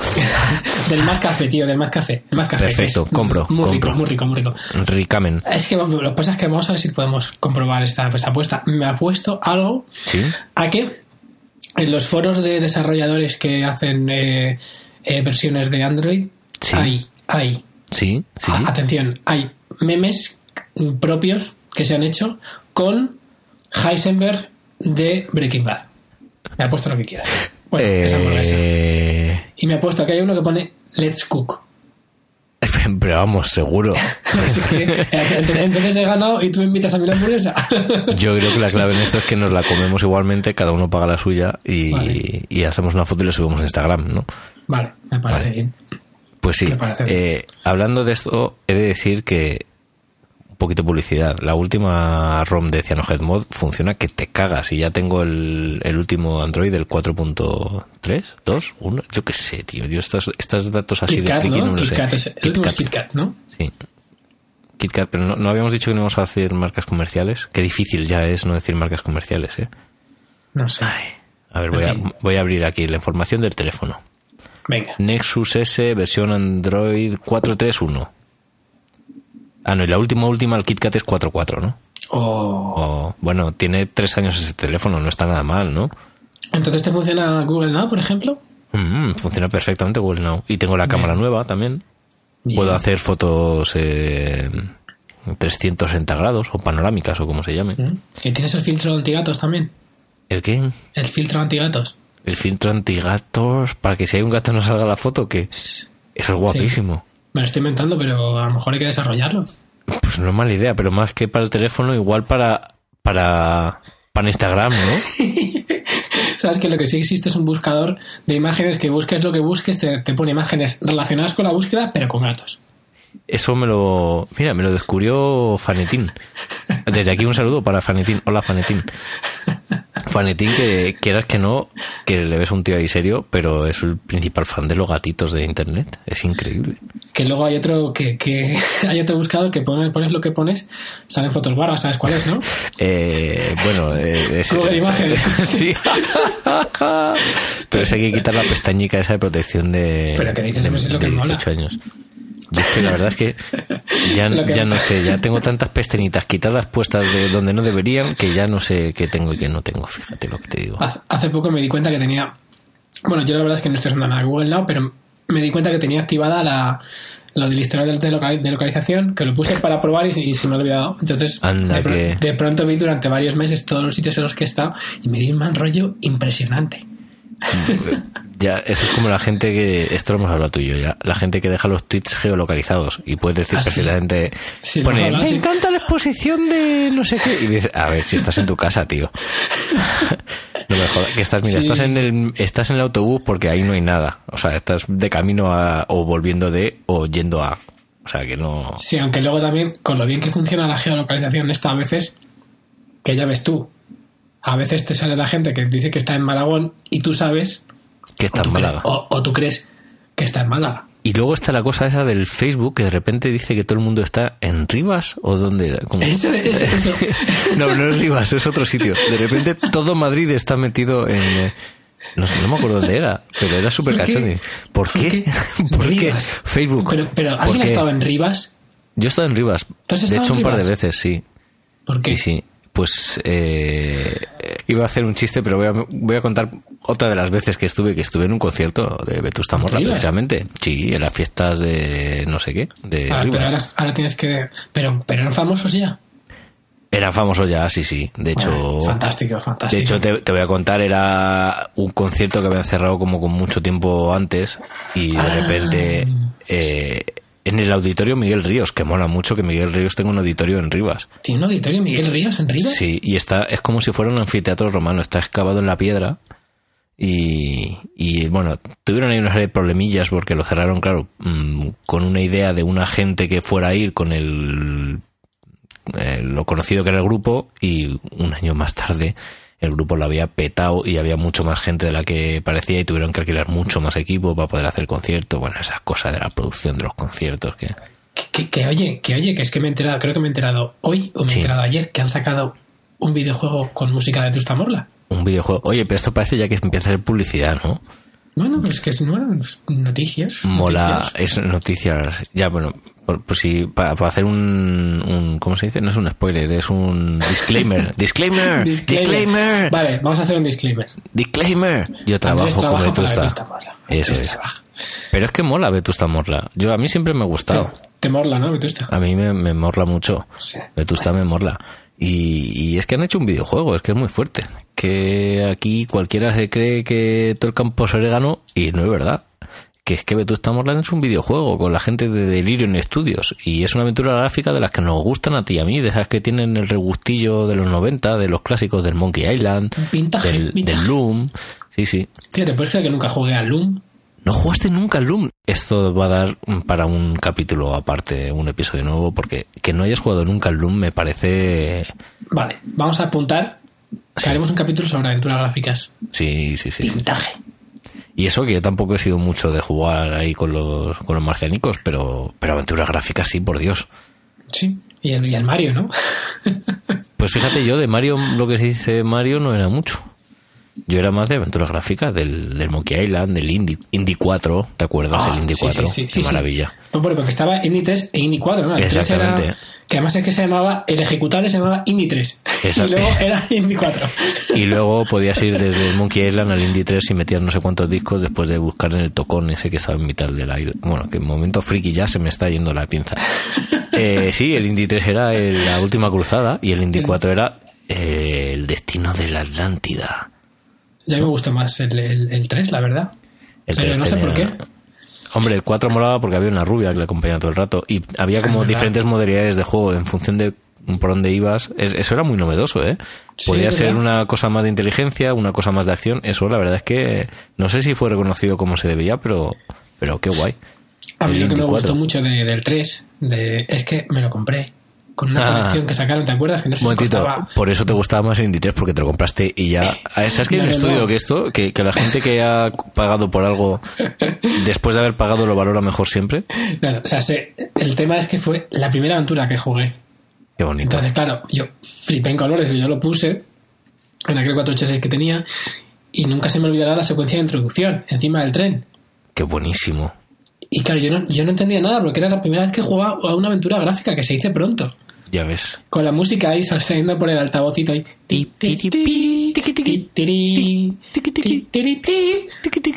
[SPEAKER 2] del más café, tío, del más café. El más café. que
[SPEAKER 1] Perfecto,
[SPEAKER 2] es
[SPEAKER 1] compro,
[SPEAKER 2] Muy
[SPEAKER 1] compro.
[SPEAKER 2] rico, muy rico, muy rico.
[SPEAKER 1] Ricamen.
[SPEAKER 2] Es que vamos, lo que pasa es que vamos a ver si podemos comprobar esta, esta apuesta. Me ha puesto algo
[SPEAKER 1] ¿Sí?
[SPEAKER 2] a que en los foros de desarrolladores que hacen eh, eh, versiones de Android,
[SPEAKER 1] Sí.
[SPEAKER 2] hay, hay,
[SPEAKER 1] ¿Sí? ¿Sí?
[SPEAKER 2] a- atención, hay memes propios que se han hecho con Heisenberg de Breaking Bad. Me ha puesto lo que quieras. Bueno, esa hamburguesa.
[SPEAKER 1] Eh,
[SPEAKER 2] Y me ha puesto que hay uno que pone Let's Cook.
[SPEAKER 1] Pero vamos, seguro.
[SPEAKER 2] Así que, eh, entonces- entonces he ganado y tú me invitas a mi hamburguesa.
[SPEAKER 1] Yo creo que la clave en esto es que nos la comemos igualmente, cada uno paga la suya y,
[SPEAKER 2] Vale.
[SPEAKER 1] y hacemos una foto y la subimos a Instagram, ¿no?
[SPEAKER 2] vale, me parece
[SPEAKER 1] Vale.
[SPEAKER 2] bien.
[SPEAKER 1] Pues sí.
[SPEAKER 2] Me parece bien.
[SPEAKER 1] eh, hablando de esto, he de decir que un poquito de publicidad. La última ROM de CyanogenMod funciona que te cagas y ya tengo el, el último Android del 4.3, 2, 1, yo qué sé, tío. Yo estos, estos datos así de
[SPEAKER 2] KitKat,
[SPEAKER 1] friki no,
[SPEAKER 2] ¿no?
[SPEAKER 1] me los sé.
[SPEAKER 2] KitKat es- el último es KitKat, ¿no?
[SPEAKER 1] Sí. KitKat, pero no, no habíamos dicho que no íbamos a decir marcas comerciales. Qué difícil ya es no decir marcas comerciales, ¿eh?
[SPEAKER 2] No sé.
[SPEAKER 1] A ver,
[SPEAKER 2] En
[SPEAKER 1] voy a,
[SPEAKER 2] fin.
[SPEAKER 1] voy a abrir aquí la información del teléfono.
[SPEAKER 2] Venga.
[SPEAKER 1] Nexus S versión Android 4.3.1. Ah, no, y la última, última, el KitKat es 4.4, ¿no?
[SPEAKER 2] O-
[SPEAKER 1] O, bueno, tiene tres años ese teléfono, no está nada mal, ¿no?
[SPEAKER 2] Entonces te funciona Google Now, por ejemplo.
[SPEAKER 1] Mm, funciona perfectamente Google Now. Y tengo la cámara nueva también.
[SPEAKER 2] Bien.
[SPEAKER 1] Puedo hacer fotos eh, 360 grados o panorámicas o como se llame.
[SPEAKER 2] Mm. Y tienes el filtro antigatos también.
[SPEAKER 1] ¿El qué?
[SPEAKER 2] El filtro antigatos.
[SPEAKER 1] El filtro antigatos para que si hay un gato no salga la foto, que eso
[SPEAKER 2] Pss,
[SPEAKER 1] es guapísimo.
[SPEAKER 2] Me lo estoy inventando, pero a lo mejor hay que desarrollarlo.
[SPEAKER 1] Pues no es mala idea, pero más que para el teléfono, igual para para para Instagram, ¿no?
[SPEAKER 2] Sabes que lo que sí existe es un buscador de imágenes que busques lo que busques, te, te pone imágenes relacionadas con la búsqueda, pero con gatos.
[SPEAKER 1] Eso me lo mira, me lo descubrió Fanetín. Desde aquí un saludo para Fanetín. Hola Fanetín. Fanetín que quieras que no, que le ves un tío ahí serio, pero es el principal fan de los gatitos de internet. Es increíble.
[SPEAKER 2] Que luego hay otro que, que hay otro buscador que pones, pones lo que pones, salen fotos guarras, ¿sabes cuál es, no?
[SPEAKER 1] Eh, bueno, eh, es-
[SPEAKER 2] Google Imágenes.
[SPEAKER 1] sí. Pero eso hay que quitar la pestañica esa de protección de.
[SPEAKER 2] Pero que dices,
[SPEAKER 1] de,
[SPEAKER 2] pues es lo
[SPEAKER 1] de
[SPEAKER 2] que mola.
[SPEAKER 1] 18 años. Yo es que la verdad es que ya,
[SPEAKER 2] Lo que-
[SPEAKER 1] ya no sé, ya tengo tantas pestañitas quitadas puestas de donde no deberían que ya no sé qué tengo y qué no tengo. Fíjate lo que te digo.
[SPEAKER 2] Hace Pues, hace poco me di cuenta que tenía. Bueno, yo la verdad es que no estoy usando nada de Google Now, pero me di cuenta que tenía activada la, lo del historial de, loca- de localización, que lo puse para probar y, y se me ha olvidado. Entonces,
[SPEAKER 1] Anda,
[SPEAKER 2] de, pro-
[SPEAKER 1] que-
[SPEAKER 2] de pronto vi durante varios meses todos los sitios en los que he estado y me di un mal rollo impresionante.
[SPEAKER 1] Ya, eso es como la gente que. Esto lo hemos hablado tú y yo ya. La gente que deja los tweets geolocalizados y puedes decir
[SPEAKER 2] Ah, sí.
[SPEAKER 1] perfectamente.
[SPEAKER 2] Sí, lo hemos
[SPEAKER 1] pone,
[SPEAKER 2] hablado,
[SPEAKER 1] me
[SPEAKER 2] sí.
[SPEAKER 1] encanta la exposición de no sé qué. Y dices, a ver, si estás en tu casa, tío. No me jodas, que estás, mira,
[SPEAKER 2] Sí.
[SPEAKER 1] estás en el estás en el autobús porque ahí no hay nada. O sea, estás de camino a, o volviendo de, o yendo a. O sea, que no.
[SPEAKER 2] Sí, aunque luego también, con lo bien que funciona la geolocalización, esta a veces, que ya ves tú, a veces te sale la gente que dice que está en Malagón y tú sabes,
[SPEAKER 1] Que está
[SPEAKER 2] tú
[SPEAKER 1] en
[SPEAKER 2] cre-
[SPEAKER 1] Málaga.
[SPEAKER 2] o- o tú crees que está en Málaga.
[SPEAKER 1] Y luego está la cosa esa del Facebook que de repente dice que todo el mundo está en Rivas o donde era. Como-
[SPEAKER 2] Eso, eso, eso.
[SPEAKER 1] No, no es Rivas, es otro sitio. De repente todo Madrid está metido en... eh, No, sé, no me acuerdo dónde era, pero era súper
[SPEAKER 2] ¿Por qué?
[SPEAKER 1] cachón. ¿Por qué? ¿Por qué?
[SPEAKER 2] Rivas.
[SPEAKER 1] Facebook.
[SPEAKER 2] Pero, pero
[SPEAKER 1] ¿Por
[SPEAKER 2] ¿alguien ha
[SPEAKER 1] qué?
[SPEAKER 2] estado en Rivas?
[SPEAKER 1] Yo he estado en Rivas.
[SPEAKER 2] ¿Tú has
[SPEAKER 1] de
[SPEAKER 2] estado
[SPEAKER 1] hecho,
[SPEAKER 2] en
[SPEAKER 1] un par de
[SPEAKER 2] Rivas?
[SPEAKER 1] veces, sí.
[SPEAKER 2] ¿Por qué?
[SPEAKER 1] Sí, sí. Pues eh, iba a hacer un chiste, pero voy a, voy a contar otra de las veces que estuve, que estuve en un concierto de Vetusta Morla,
[SPEAKER 2] Rivas?
[SPEAKER 1] precisamente. Sí, en las fiestas de no sé qué, de
[SPEAKER 2] Ahora, Ah, pero
[SPEAKER 1] Rivas.
[SPEAKER 2] ahora, ahora tienes que. Pero, pero eran famosos ya.
[SPEAKER 1] Era famoso ya, sí, sí. De hecho,
[SPEAKER 2] Bueno, fantástico,
[SPEAKER 1] de
[SPEAKER 2] fantástico.
[SPEAKER 1] hecho te, te voy a contar, era un concierto que habían cerrado como con mucho tiempo antes y de repente eh, en el auditorio Miguel Ríos, que mola mucho que Miguel Ríos tenga un auditorio en Rivas.
[SPEAKER 2] ¿Tiene un auditorio Miguel Ríos en Rivas?
[SPEAKER 1] Sí, y está, es como si fuera un anfiteatro romano, está excavado en la piedra. Y, y, bueno, tuvieron ahí una serie de problemillas porque lo cerraron, claro, mm, con una idea de una gente que fuera a ir con el eh, lo conocido que era el grupo y un año más tarde el grupo lo había petado y había mucho más gente de la que parecía y tuvieron que alquilar mucho más equipo para poder hacer el concierto. Bueno, esas cosas de la producción de los conciertos que...
[SPEAKER 2] Que, que- que oye, que oye, que es que me he enterado, creo que me he enterado hoy o me
[SPEAKER 1] Sí.
[SPEAKER 2] he enterado ayer que han sacado un videojuego con música de Tusta Morla.
[SPEAKER 1] Un videojuego... Oye, pero esto parece ya que empieza a ser publicidad, ¿no?
[SPEAKER 2] Bueno, pues que si no eran noticias.
[SPEAKER 1] Mola,
[SPEAKER 2] noticias.
[SPEAKER 1] es noticias. Ya, bueno, por, por si, pa- para, hacer un, un- ¿Cómo se dice? No es un spoiler, es un disclaimer. disclaimer, disclaimer,
[SPEAKER 2] Vale, vamos a hacer un disclaimer.
[SPEAKER 1] disclaimer. Yo
[SPEAKER 2] Andrés
[SPEAKER 1] trabajo
[SPEAKER 2] trabaja
[SPEAKER 1] con
[SPEAKER 2] para
[SPEAKER 1] Vetusta.
[SPEAKER 2] Vetusta Morla.
[SPEAKER 1] Eso
[SPEAKER 2] Andrés
[SPEAKER 1] es.
[SPEAKER 2] trabaja.
[SPEAKER 1] Pero es que mola Vetusta Morla. Yo a mí siempre me ha gustado.
[SPEAKER 2] Te, te morla, ¿no, Vetusta?
[SPEAKER 1] A mí me, me morla mucho.
[SPEAKER 2] Sí.
[SPEAKER 1] Vetusta me morla. Y, y es que han hecho un videojuego, es que es muy fuerte. Que aquí cualquiera se cree que todo el campo es orégano y no es verdad. Que es que Vetusta Morla es un videojuego con la gente de Delirium Studios y es una aventura gráfica de las que nos gustan a ti y a mí, de esas que tienen el regustillo de los 90, de los clásicos del Monkey Island,
[SPEAKER 2] Vintage,
[SPEAKER 1] del,
[SPEAKER 2] vintage.
[SPEAKER 1] del Loom. Sí, sí.
[SPEAKER 2] Tío, ¿te puedes creer que nunca jugué a Loom?
[SPEAKER 1] No jugaste nunca al Loom. Esto va a dar para un capítulo aparte, un episodio nuevo, porque que no hayas jugado nunca al Loom me parece.
[SPEAKER 2] Vale, vamos a apuntar que
[SPEAKER 1] Sí.
[SPEAKER 2] haremos un capítulo sobre aventuras gráficas.
[SPEAKER 1] Sí, sí, sí. sí.
[SPEAKER 2] Vintaje.
[SPEAKER 1] Y eso que yo tampoco he sido mucho de jugar ahí con los, con los marcianicos, pero, pero aventuras gráficas sí, por Dios.
[SPEAKER 2] Sí. Y el, y el Mario, ¿no?
[SPEAKER 1] Pues fíjate, yo de Mario, lo que se dice Mario no era mucho. Yo era más de aventuras gráficas, del, del Monkey Island, del Indy, Indy 4, ¿te acuerdas?
[SPEAKER 2] Ah,
[SPEAKER 1] el Indy
[SPEAKER 2] sí,
[SPEAKER 1] 4,
[SPEAKER 2] sí, sí,
[SPEAKER 1] qué
[SPEAKER 2] sí, sí.
[SPEAKER 1] maravilla.
[SPEAKER 2] No, bueno, porque estaba Indy 3 e Indy 4, ¿no? El 3 era-
[SPEAKER 1] Exactamente.
[SPEAKER 2] que además es que se llamaba, el ejecutable se llamaba Indy 3.
[SPEAKER 1] Esa-
[SPEAKER 2] Y luego era Indy 4.
[SPEAKER 1] Y luego podías ir desde el Monkey Island al Indie 3 y metías no sé cuántos discos después de buscar en el tocón ese que estaba en mitad de la isla. Bueno, que en momento friki ya se me está yendo la pinza. Eh, sí, el Indie 3 era el- la última cruzada y el Indie 4 era eh, el destino de la Atlántida.
[SPEAKER 2] Ya me gustó más el, el, el 3, la verdad.
[SPEAKER 1] El
[SPEAKER 2] Pero
[SPEAKER 1] 3
[SPEAKER 2] no sé por
[SPEAKER 1] tenía-
[SPEAKER 2] qué.
[SPEAKER 1] Hombre, el 4 molaba porque había una rubia que le acompañaba todo el rato y había como
[SPEAKER 2] verdad.
[SPEAKER 1] diferentes modalidades de juego en función de por dónde ibas. Es- eso era muy novedoso, ¿eh?
[SPEAKER 2] Sí,
[SPEAKER 1] Podía
[SPEAKER 2] ¿verdad?
[SPEAKER 1] ser una cosa más de inteligencia, una cosa más de acción. Eso la verdad es que no sé si fue reconocido como se debía, pero, pero qué guay.
[SPEAKER 2] A mí
[SPEAKER 1] El
[SPEAKER 2] lo que me
[SPEAKER 1] 24.
[SPEAKER 2] gustó mucho de- del 3 de, es que me lo compré con una
[SPEAKER 1] Ah.
[SPEAKER 2] colección que sacaron, ¿te acuerdas? Que no sé si
[SPEAKER 1] Momentito,
[SPEAKER 2] costaba...
[SPEAKER 1] por eso te gustaba más el Indie 3 porque te lo compraste y ya. Ah, ¿Sabes que hay
[SPEAKER 2] No,
[SPEAKER 1] un
[SPEAKER 2] no,
[SPEAKER 1] estudio
[SPEAKER 2] no.
[SPEAKER 1] que esto, que, que la gente que ha pagado por algo después de haber pagado lo valora mejor siempre?
[SPEAKER 2] Claro, o sea, sé- el tema es que fue la primera aventura que jugué.
[SPEAKER 1] Qué bonito.
[SPEAKER 2] Entonces, claro, yo flipé en colores, yo lo puse en aquel 486 que tenía y nunca se me olvidará la secuencia de introducción encima del tren.
[SPEAKER 1] Qué buenísimo.
[SPEAKER 2] Y claro, yo no, yo no entendía nada porque era la primera vez que jugaba a una aventura gráfica que se hice pronto.
[SPEAKER 1] Ya ves.
[SPEAKER 2] Con la música ahí saliendo por el altavocito ahí. Ti, ti, ti, ti, tiqui, tiqui, tiri, ti, tiri, ti.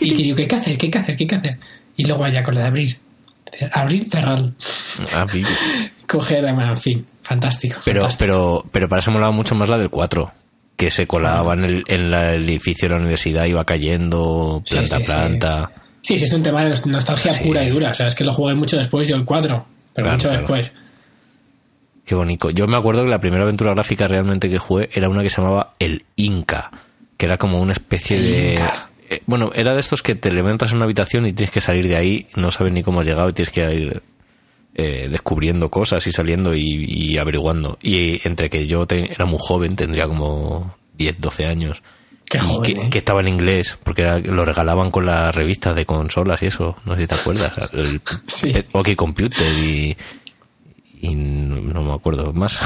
[SPEAKER 2] Y que digo, ¿qué hay que hacer? ¿Qué hay que hacer? ¿Qué hay que hacer? Y luego allá con la de abrir. Abrir, cerrar.
[SPEAKER 1] Ah, vi.
[SPEAKER 2] Coger, bueno, en fin. Fantástico.
[SPEAKER 1] Pero,
[SPEAKER 2] fantástico.
[SPEAKER 1] pero, pero para eso molaba mucho más la del 4, que se colaba en el, en la- el edificio de la universidad, iba cayendo
[SPEAKER 2] Sí,
[SPEAKER 1] planta a
[SPEAKER 2] sí, sí.
[SPEAKER 1] planta.
[SPEAKER 2] Sí, sí, es un tema de nos- nostalgia
[SPEAKER 1] Sí.
[SPEAKER 2] pura y dura. O sea, es que lo jugué mucho después, yo el 4, pero
[SPEAKER 1] Claro,
[SPEAKER 2] mucho
[SPEAKER 1] claro.
[SPEAKER 2] después.
[SPEAKER 1] Qué bonito. Yo me acuerdo que la primera aventura gráfica realmente que jugué era una que se llamaba El Inca, que era como una especie
[SPEAKER 2] El
[SPEAKER 1] de...
[SPEAKER 2] Inca.
[SPEAKER 1] eh, Bueno, era de estos que te levantas en una habitación y tienes que salir de ahí, no sabes ni cómo has llegado y tienes que ir eh, descubriendo cosas y saliendo y, y averiguando. Y entre que yo te- era muy joven, tendría como 10, 12 años.
[SPEAKER 2] Qué
[SPEAKER 1] y
[SPEAKER 2] joven,
[SPEAKER 1] que,
[SPEAKER 2] ¿eh?
[SPEAKER 1] que estaba en inglés, porque era- lo regalaban con las revistas de consolas y eso, no sé si te acuerdas. El
[SPEAKER 2] Sí.
[SPEAKER 1] OK Eh, Computer y, y no no me acuerdo más.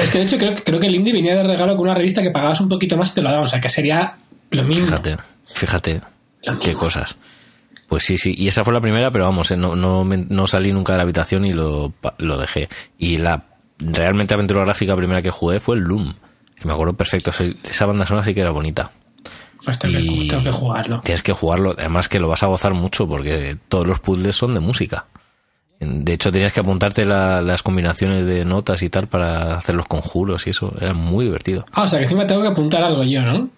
[SPEAKER 2] Es que de hecho creo, que- creo que el indie venía de regalo con una revista que pagabas un poquito más y te lo daban. O sea, que sería lo mismo.
[SPEAKER 1] fíjate, fíjate
[SPEAKER 2] Lo mismo.
[SPEAKER 1] qué cosas. Pues sí, sí. Y esa fue la primera, pero vamos, eh, no, no, me- no salí nunca de la habitación y lo, pa- lo dejé. Y la realmente aventura gráfica primera que jugué fue el Loom. Que me acuerdo perfecto. soy- esa banda sonora sí que era bonita.
[SPEAKER 2] Pues también
[SPEAKER 1] Y
[SPEAKER 2] tengo que jugarlo.
[SPEAKER 1] Tienes que jugarlo. Además que lo vas a gozar mucho porque todos los puzzles son de música. De hecho, tenías que apuntarte la- las combinaciones de notas y tal para hacer los conjuros y eso. Era muy divertido.
[SPEAKER 2] Ah, o sea que encima tengo que apuntar algo yo, ¿no?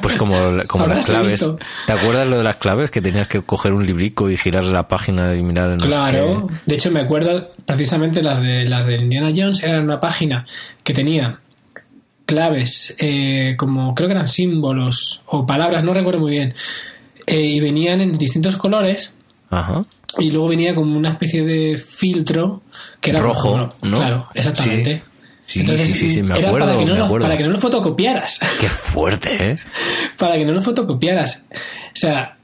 [SPEAKER 1] Pues como, como
[SPEAKER 2] Ahora
[SPEAKER 1] las
[SPEAKER 2] sí he
[SPEAKER 1] claves.
[SPEAKER 2] visto.
[SPEAKER 1] ¿Te acuerdas lo de las claves? Que tenías que coger un librico y girar la página y mirar en los
[SPEAKER 2] Claro,
[SPEAKER 1] que-
[SPEAKER 2] de hecho me acuerdo precisamente las de las de Indiana Jones eran una página que tenía claves eh, como creo que eran símbolos o palabras, no recuerdo muy bien, eh, y venían en distintos colores
[SPEAKER 1] Ajá.
[SPEAKER 2] y luego venía como una especie de filtro que era
[SPEAKER 1] Rojo, ¿no?
[SPEAKER 2] Claro, exactamente.
[SPEAKER 1] Sí, sí, sí, sí, sí, me
[SPEAKER 2] era
[SPEAKER 1] acuerdo,
[SPEAKER 2] para que no
[SPEAKER 1] me
[SPEAKER 2] lo-
[SPEAKER 1] acuerdo.
[SPEAKER 2] para que no lo fotocopiaras.
[SPEAKER 1] Qué fuerte, ¿eh?
[SPEAKER 2] para que no lo fotocopiaras. O sea,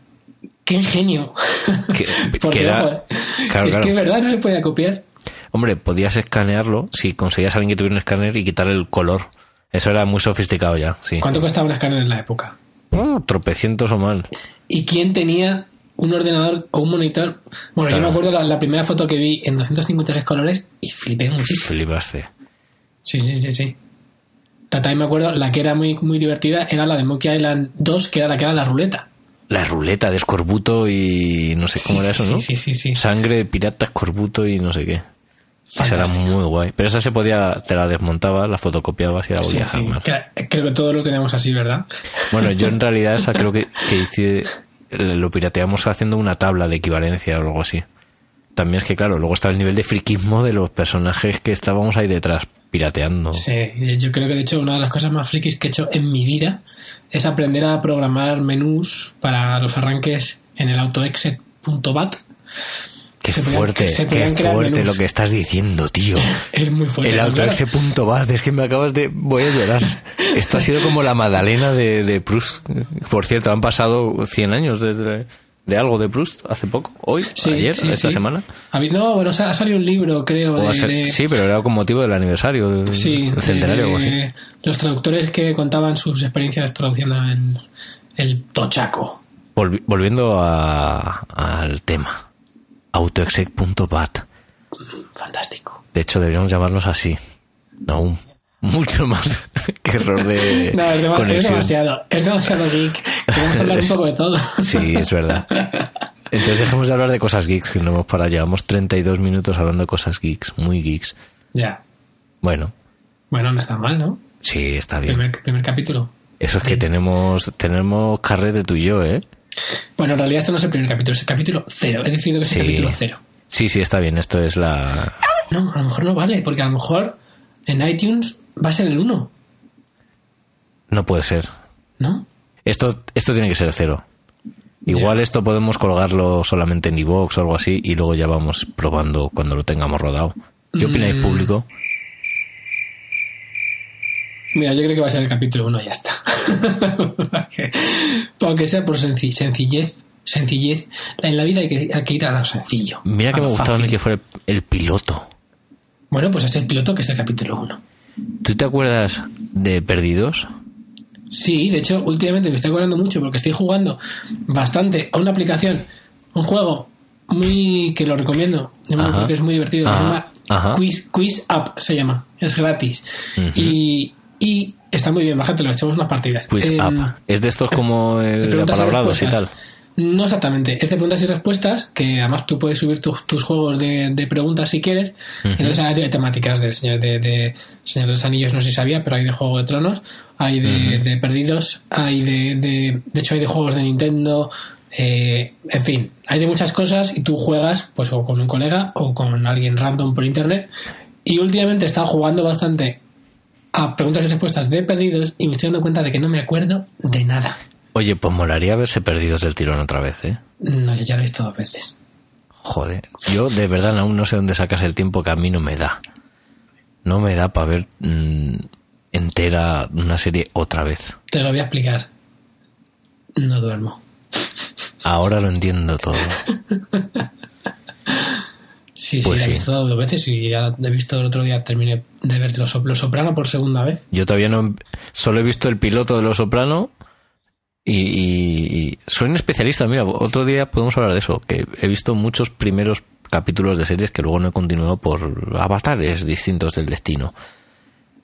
[SPEAKER 2] qué ingenio.
[SPEAKER 1] Que-
[SPEAKER 2] Porque,
[SPEAKER 1] que era-
[SPEAKER 2] ojo,
[SPEAKER 1] claro,
[SPEAKER 2] es
[SPEAKER 1] claro.
[SPEAKER 2] que es verdad, no se podía copiar.
[SPEAKER 1] Hombre, podías escanearlo si conseguías a alguien que tuviera un escáner y quitarle el color. Eso era muy sofisticado ya, sí.
[SPEAKER 2] ¿Cuánto costaba un escáner en la época?
[SPEAKER 1] Mm, tropecientos o mal.
[SPEAKER 2] ¿Y quién tenía un ordenador o un monitor? Bueno, yo
[SPEAKER 1] Claro.
[SPEAKER 2] me acuerdo la, la primera foto que vi en 256 colores y flipé muchísimo.
[SPEAKER 1] Flipaste.
[SPEAKER 2] Sí, sí, sí, sí. La- También me acuerdo, la que era muy, muy divertida era la de Monkey Island 2, que era la que era la ruleta.
[SPEAKER 1] La ruleta de escorbuto y no sé cómo
[SPEAKER 2] sí,
[SPEAKER 1] era
[SPEAKER 2] sí,
[SPEAKER 1] eso, ¿no?
[SPEAKER 2] Sí, sí, sí. sí.
[SPEAKER 1] Sangre de pirata, escorbuto y no sé qué. Esa era
[SPEAKER 2] Fantástico.
[SPEAKER 1] muy guay. Pero esa se podía, te la desmontabas, la fotocopiabas y la
[SPEAKER 2] Sí,
[SPEAKER 1] volvías
[SPEAKER 2] sí.
[SPEAKER 1] a armar.
[SPEAKER 2] Que- Creo que todos lo teníamos así, ¿verdad?
[SPEAKER 1] Bueno, yo en realidad esa creo que, que hice, lo pirateamos haciendo una tabla de equivalencia o algo así. También es que, claro, luego estaba el nivel de friquismo de los personajes que estábamos ahí detrás pirateando.
[SPEAKER 2] Sí, yo creo que de hecho una de las cosas más frikis que he hecho en mi vida es aprender a programar menús para los arranques en el autoexec.bat.
[SPEAKER 1] qué
[SPEAKER 2] se podían-
[SPEAKER 1] fuerte,
[SPEAKER 2] se
[SPEAKER 1] qué
[SPEAKER 2] podían crear
[SPEAKER 1] fuerte
[SPEAKER 2] menús.
[SPEAKER 1] lo que estás diciendo, tío.
[SPEAKER 2] Es muy fuerte.
[SPEAKER 1] El
[SPEAKER 2] pero
[SPEAKER 1] auto
[SPEAKER 2] claro,
[SPEAKER 1] ese punto bar, es que me acabas de... Voy a llorar. Esto ha sido como la Madalena de, de Proust. Por cierto, han pasado 100 años desde... De algo de Proust hace poco, hoy,
[SPEAKER 2] sí,
[SPEAKER 1] ayer,
[SPEAKER 2] sí,
[SPEAKER 1] esta
[SPEAKER 2] sí.
[SPEAKER 1] semana.
[SPEAKER 2] Ha habido- no, bueno, sa- ha salido un libro, creo,
[SPEAKER 1] O
[SPEAKER 2] de,
[SPEAKER 1] a ser-
[SPEAKER 2] de-
[SPEAKER 1] sí, pero era con motivo del aniversario, del
[SPEAKER 2] sí, eh.
[SPEAKER 1] del
[SPEAKER 2] de-
[SPEAKER 1] centenario o algo así.
[SPEAKER 2] de los traductores que contaban sus experiencias traduciendo el, el tochaco.
[SPEAKER 1] Volvi- volviendo a- al tema, autoexec.bat.
[SPEAKER 2] Fantástico.
[SPEAKER 1] De hecho, deberíamos llamarnos así. No, un- mucho más que error de
[SPEAKER 2] No, es, dema- es
[SPEAKER 1] Eh, conexión.
[SPEAKER 2] demasiado, es demasiado geek. Queremos hablar un poco de todo.
[SPEAKER 1] Sí, es verdad. Entonces dejemos de hablar de cosas geeks, que no hemos parado. Llevamos 32 minutos hablando de cosas geeks, muy geeks.
[SPEAKER 2] ya.
[SPEAKER 1] Bueno,
[SPEAKER 2] Bueno, no está mal, ¿no?
[SPEAKER 1] sí, está bien.
[SPEAKER 2] Primer, primer capítulo.
[SPEAKER 1] Eso es que tenemos, tenemos carrete tú y yo, ¿eh?
[SPEAKER 2] Bueno, en realidad este no es el primer capítulo, es el capítulo cero. He decidido que es
[SPEAKER 1] Sí.
[SPEAKER 2] el capítulo cero.
[SPEAKER 1] Sí, sí, está bien. Esto es la...
[SPEAKER 2] No, a lo mejor no vale, porque a lo mejor en iTunes va a ser el uno,
[SPEAKER 1] No puede ser.
[SPEAKER 2] ¿no?
[SPEAKER 1] Esto, esto tiene que ser cero. Igual esto podemos colgarlo solamente en iVoox o algo así y luego ya vamos probando cuando lo tengamos rodado. ¿Qué opináis,
[SPEAKER 2] Mm.
[SPEAKER 1] público?
[SPEAKER 2] Mira, yo creo que va a ser el capítulo uno, ya está. Porque- Aunque sea por senci- sencillez, sencillez, en la vida hay que, hay que ir a lo sencillo.
[SPEAKER 1] Mira que
[SPEAKER 2] a
[SPEAKER 1] me
[SPEAKER 2] lo
[SPEAKER 1] gustaba a mí
[SPEAKER 2] Ah, fácil.
[SPEAKER 1] que fuera el piloto.
[SPEAKER 2] Bueno, pues es el piloto que es el capítulo uno.
[SPEAKER 1] ¿Tú te acuerdas de Perdidos?
[SPEAKER 2] Sí, de hecho, últimamente me estoy acordando mucho porque estoy jugando bastante a una aplicación, un juego muy que lo recomiendo,
[SPEAKER 1] Ajá.
[SPEAKER 2] porque es muy divertido, que
[SPEAKER 1] Ajá.
[SPEAKER 2] se llama
[SPEAKER 1] Ajá.
[SPEAKER 2] Quiz, Quiz App, se llama, es gratis. y, y está muy bien, bájatelo, echamos unas partidas.
[SPEAKER 1] Quiz
[SPEAKER 2] Em,
[SPEAKER 1] App. Pues, ah, Es de estos como
[SPEAKER 2] de
[SPEAKER 1] el
[SPEAKER 2] preguntas y
[SPEAKER 1] apalabrados y tal.
[SPEAKER 2] respuestas. No exactamente, es de preguntas y respuestas, que además tú puedes subir tus, tus juegos de, de preguntas si quieres. Entonces hay de temáticas del Señor de, de Señor de los Anillos, no sé si sabía, pero hay de Juego de Tronos, hay de, de Perdidos, hay de, de... De hecho hay de juegos de Nintendo, eh, en fin, hay de muchas cosas y tú juegas pues o con un colega o con alguien random por internet. Y últimamente he estado jugando bastante a preguntas y respuestas de Perdidos y me estoy dando cuenta de que no me acuerdo de nada.
[SPEAKER 1] Oye, pues molaría verse Perdidos del tirón otra vez, ¿eh?
[SPEAKER 2] No, yo ya lo he visto dos veces.
[SPEAKER 1] Joder. Yo de verdad aún no sé dónde sacas el tiempo que a mí no me da. No me da para ver mm, entera una serie otra vez.
[SPEAKER 2] Te lo voy a explicar. No duermo.
[SPEAKER 1] Ahora lo entiendo todo.
[SPEAKER 2] Sí,
[SPEAKER 1] Pues sí.
[SPEAKER 2] sí, la he visto dos veces y ya la he visto el otro día. Terminé de ver Los, Sop- Los Soprano por segunda vez.
[SPEAKER 1] Yo todavía no. Solo he visto el piloto de Los Soprano Y, y- y soy un especialista, mira, otro día podemos hablar de eso, que he visto muchos primeros capítulos de series que luego no he continuado por avatares distintos del destino.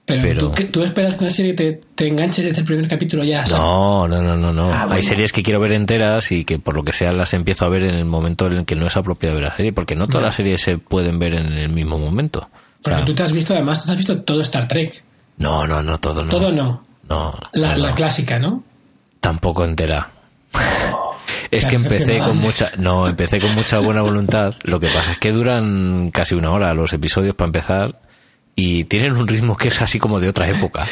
[SPEAKER 2] Pero,
[SPEAKER 1] Pero-
[SPEAKER 2] ¿tú, qué- tú esperas que una serie te, te enganches desde el primer capítulo ya. ¿sabes?
[SPEAKER 1] No, no, no, no, no.
[SPEAKER 2] Ah, bueno.
[SPEAKER 1] Hay series que quiero ver enteras y que por lo que sea las empiezo a ver en el momento en el que no es apropiado ver la serie, porque no todas las series se pueden ver en el mismo momento. O
[SPEAKER 2] Porque
[SPEAKER 1] sea,
[SPEAKER 2] tú te has visto, además, tú te has visto todo Star Trek.
[SPEAKER 1] No, no, no, todo no.
[SPEAKER 2] Todo no.
[SPEAKER 1] No,
[SPEAKER 2] La,
[SPEAKER 1] no,
[SPEAKER 2] la
[SPEAKER 1] no.
[SPEAKER 2] clásica, ¿no?
[SPEAKER 1] tampoco entera. Es
[SPEAKER 2] Qué
[SPEAKER 1] que empecé con
[SPEAKER 2] decepcionante.
[SPEAKER 1] mucha, no, empecé con mucha buena voluntad. Lo que pasa es que duran casi una hora los episodios para empezar y tienen un ritmo que es así como de otra época.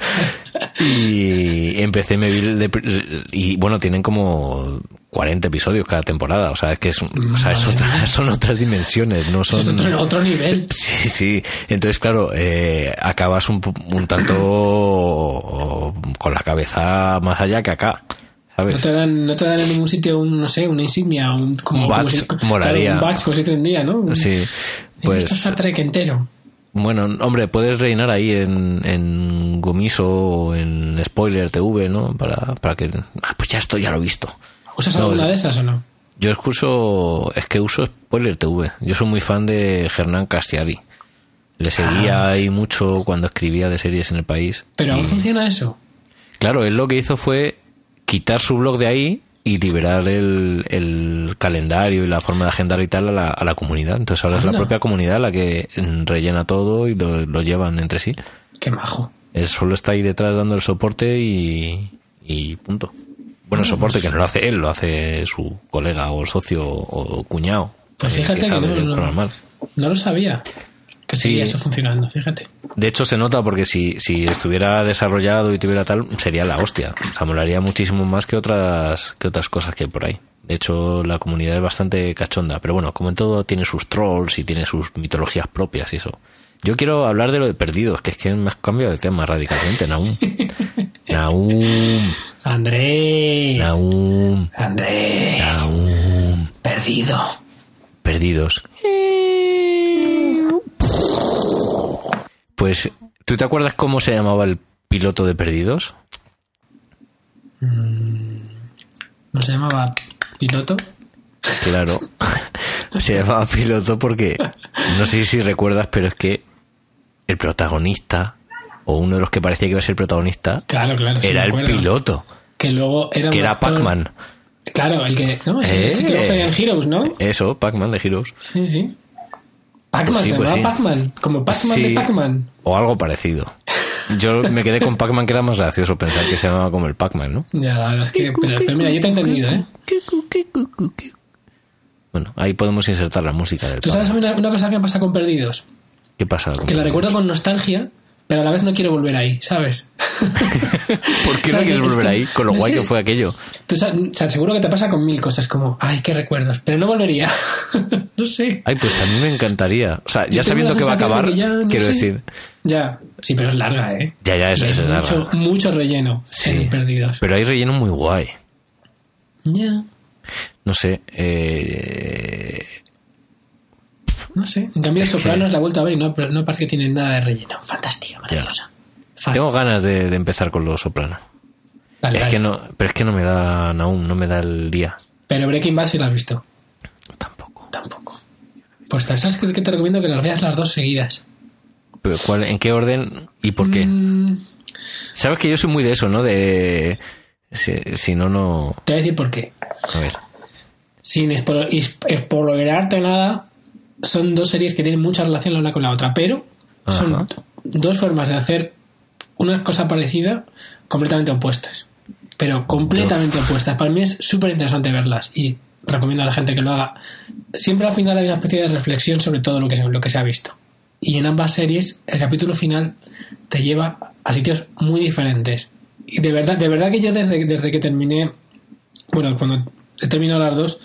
[SPEAKER 1] y empecé, me vi el de- y bueno, tienen como 40 episodios cada temporada. O sea, es que es, un- o sea, es otra- son otras dimensiones, no
[SPEAKER 2] Eso
[SPEAKER 1] son.
[SPEAKER 2] es otro, otro nivel.
[SPEAKER 1] Sí, sí. Entonces, claro, eh, acabas un, po- un tanto con la cabeza más allá que acá,
[SPEAKER 2] No
[SPEAKER 1] ¿sabes?
[SPEAKER 2] te, dan, no te dan en ningún sitio, un, no sé, una insignia, un, como,
[SPEAKER 1] Un
[SPEAKER 2] como
[SPEAKER 1] badge,
[SPEAKER 2] si- claro,
[SPEAKER 1] molaría.
[SPEAKER 2] un badge, como se dice hoy en día, ¿no?
[SPEAKER 1] Sí.
[SPEAKER 2] He visto
[SPEAKER 1] Pues,
[SPEAKER 2] Star Trek entero.
[SPEAKER 1] bueno, hombre, puedes reinar ahí en, en Gomiso o en Spoiler TV, ¿no? Para, para que... Ah, pues ya esto ya lo he visto.
[SPEAKER 2] ¿Usas
[SPEAKER 1] No, pues
[SPEAKER 2] alguna
[SPEAKER 1] es-
[SPEAKER 2] de esas o no?
[SPEAKER 1] Yo escucho... Es que uso Spoiler TV. Yo soy muy fan de Hernán Castiari. Le seguía ahí mucho cuando escribía de series en el país.
[SPEAKER 2] Ah. Pero
[SPEAKER 1] Y-
[SPEAKER 2] aún funciona eso.
[SPEAKER 1] Claro, él lo que hizo fue quitar su blog de ahí y liberar el, el calendario y la forma de agendar y tal a la, a la comunidad. Entonces ahora es la
[SPEAKER 2] Anda.
[SPEAKER 1] propia comunidad la que mm, rellena todo y lo, lo llevan entre sí.
[SPEAKER 2] Qué majo.
[SPEAKER 1] Él solo está ahí detrás dando el soporte y, y punto. Bueno, soporte que no lo hace él, lo hace su colega o socio o cuñado.
[SPEAKER 2] Pues
[SPEAKER 1] eh,
[SPEAKER 2] fíjate que,
[SPEAKER 1] sabe de
[SPEAKER 2] no, no,
[SPEAKER 1] programar.
[SPEAKER 2] no lo sabía. Que seguía
[SPEAKER 1] Sí.
[SPEAKER 2] eso funcionando, fíjate.
[SPEAKER 1] De hecho, se nota porque si, si estuviera desarrollado y tuviera tal, sería la hostia. O sea, molaría muchísimo más que otras, que otras cosas que hay por ahí. De hecho, la comunidad es bastante cachonda. Pero bueno, como en todo, tiene sus trolls y tiene sus mitologías propias y eso. Yo quiero hablar de lo de perdidos, que es que me has cambiado de tema radicalmente, Naum. Naum,
[SPEAKER 2] Andrés.
[SPEAKER 1] Naum,
[SPEAKER 2] Andrés.
[SPEAKER 1] Naum.
[SPEAKER 2] Perdido.
[SPEAKER 1] Perdidos. Pues, ¿tú te acuerdas cómo se llamaba el piloto de perdidos?
[SPEAKER 2] ¿No se llamaba piloto?
[SPEAKER 1] Claro. Se llamaba piloto porque no sé si recuerdas, pero es que el protagonista o uno de los que parecía que iba a ser protagonista
[SPEAKER 2] Claro, claro. sí
[SPEAKER 1] era
[SPEAKER 2] me
[SPEAKER 1] el
[SPEAKER 2] acuerdo.
[SPEAKER 1] piloto,
[SPEAKER 2] Que luego era.
[SPEAKER 1] que
[SPEAKER 2] un
[SPEAKER 1] era
[SPEAKER 2] actor-
[SPEAKER 1] Pac-Man.
[SPEAKER 2] Claro, el que. No, ese,
[SPEAKER 1] Eh.
[SPEAKER 2] ese que luego salía en Heroes, ¿no?
[SPEAKER 1] Eso, Pac-Man de Heroes.
[SPEAKER 2] Sí, sí. Pac-Man,
[SPEAKER 1] Pues sí,
[SPEAKER 2] se
[SPEAKER 1] pues sí.
[SPEAKER 2] llamaba Pac-Man. Como Pac-Man de
[SPEAKER 1] Sí,
[SPEAKER 2] Pac-Man.
[SPEAKER 1] O algo parecido. Yo me quedé con Pac-Man que era más gracioso pensar que se llamaba como el Pac-Man, ¿no?
[SPEAKER 2] Ya, la verdad es que. Pero, pero mira, yo te he entendido, ¿eh?
[SPEAKER 1] Bueno, ahí podemos insertar la música del
[SPEAKER 2] Tú sabes a mí una, una cosa que me pasa con Perdidos.
[SPEAKER 1] Pac-Man. ¿Qué pasa? con
[SPEAKER 2] Que la
[SPEAKER 1] Perdidos?
[SPEAKER 2] recuerdo con nostalgia, pero a la vez no quiero volver ahí, ¿sabes?
[SPEAKER 1] ¿Por qué no quieres
[SPEAKER 2] ¿Sabes? Es
[SPEAKER 1] volver
[SPEAKER 2] que-
[SPEAKER 1] ahí? Con lo
[SPEAKER 2] no
[SPEAKER 1] guay
[SPEAKER 2] sé.
[SPEAKER 1] que fue aquello.
[SPEAKER 2] Tú sabes, o sea, seguro que te pasa con mil cosas, como, ay, qué recuerdos, pero no volvería. no sé.
[SPEAKER 1] Ay, pues a mí me encantaría. O sea,
[SPEAKER 2] Yo
[SPEAKER 1] ya
[SPEAKER 2] tengo
[SPEAKER 1] sabiendo
[SPEAKER 2] la
[SPEAKER 1] que va a
[SPEAKER 2] sensación
[SPEAKER 1] acabar,
[SPEAKER 2] de que ya no
[SPEAKER 1] quiero
[SPEAKER 2] sé.
[SPEAKER 1] decir.
[SPEAKER 2] Ya, sí, pero es larga, ¿eh?
[SPEAKER 1] Ya, ya, es,
[SPEAKER 2] Y hay
[SPEAKER 1] es
[SPEAKER 2] mucho,
[SPEAKER 1] larga.
[SPEAKER 2] mucho relleno
[SPEAKER 1] Sí.
[SPEAKER 2] en Perdidos.
[SPEAKER 1] Pero hay relleno muy guay.
[SPEAKER 2] Ya,
[SPEAKER 1] No sé. eh,
[SPEAKER 2] no sé. En cambio,
[SPEAKER 1] Es que-
[SPEAKER 2] Sopranos la he vuelto a ver y no, pero no parece que tiene nada de relleno. Fantástica, maravillosa. Fan.
[SPEAKER 1] Tengo ganas de, de empezar con los sopranos.
[SPEAKER 2] Dale,
[SPEAKER 1] Es
[SPEAKER 2] dale.
[SPEAKER 1] que no, pero es que no me da aún, no me da el día.
[SPEAKER 2] Pero Breaking Bad sí la has visto.
[SPEAKER 1] Tampoco.
[SPEAKER 2] Tampoco. Pues sabes que que te recomiendo que las veas las dos seguidas.
[SPEAKER 1] Pero ¿cuál, ¿En qué orden y por qué?
[SPEAKER 2] Mm,
[SPEAKER 1] Sabes que yo soy muy de eso, ¿no? De. Si, si no, no.
[SPEAKER 2] te voy a decir por qué.
[SPEAKER 1] A ver.
[SPEAKER 2] sin espolo- is- spoilerarte nada, son dos series que tienen mucha relación la una con la otra, pero son
[SPEAKER 1] Ajá.
[SPEAKER 2] dos formas de hacer una cosa parecida completamente opuestas. Pero completamente opuestas. Para mí es súper interesante verlas y recomiendo a la gente que lo haga. Siempre al final hay una especie de reflexión sobre todo lo que se, lo que se ha visto. Y en ambas series el capítulo final te lleva a sitios muy diferentes. Y de verdad, de verdad que yo desde, desde que terminé bueno, cuando he terminado las dos,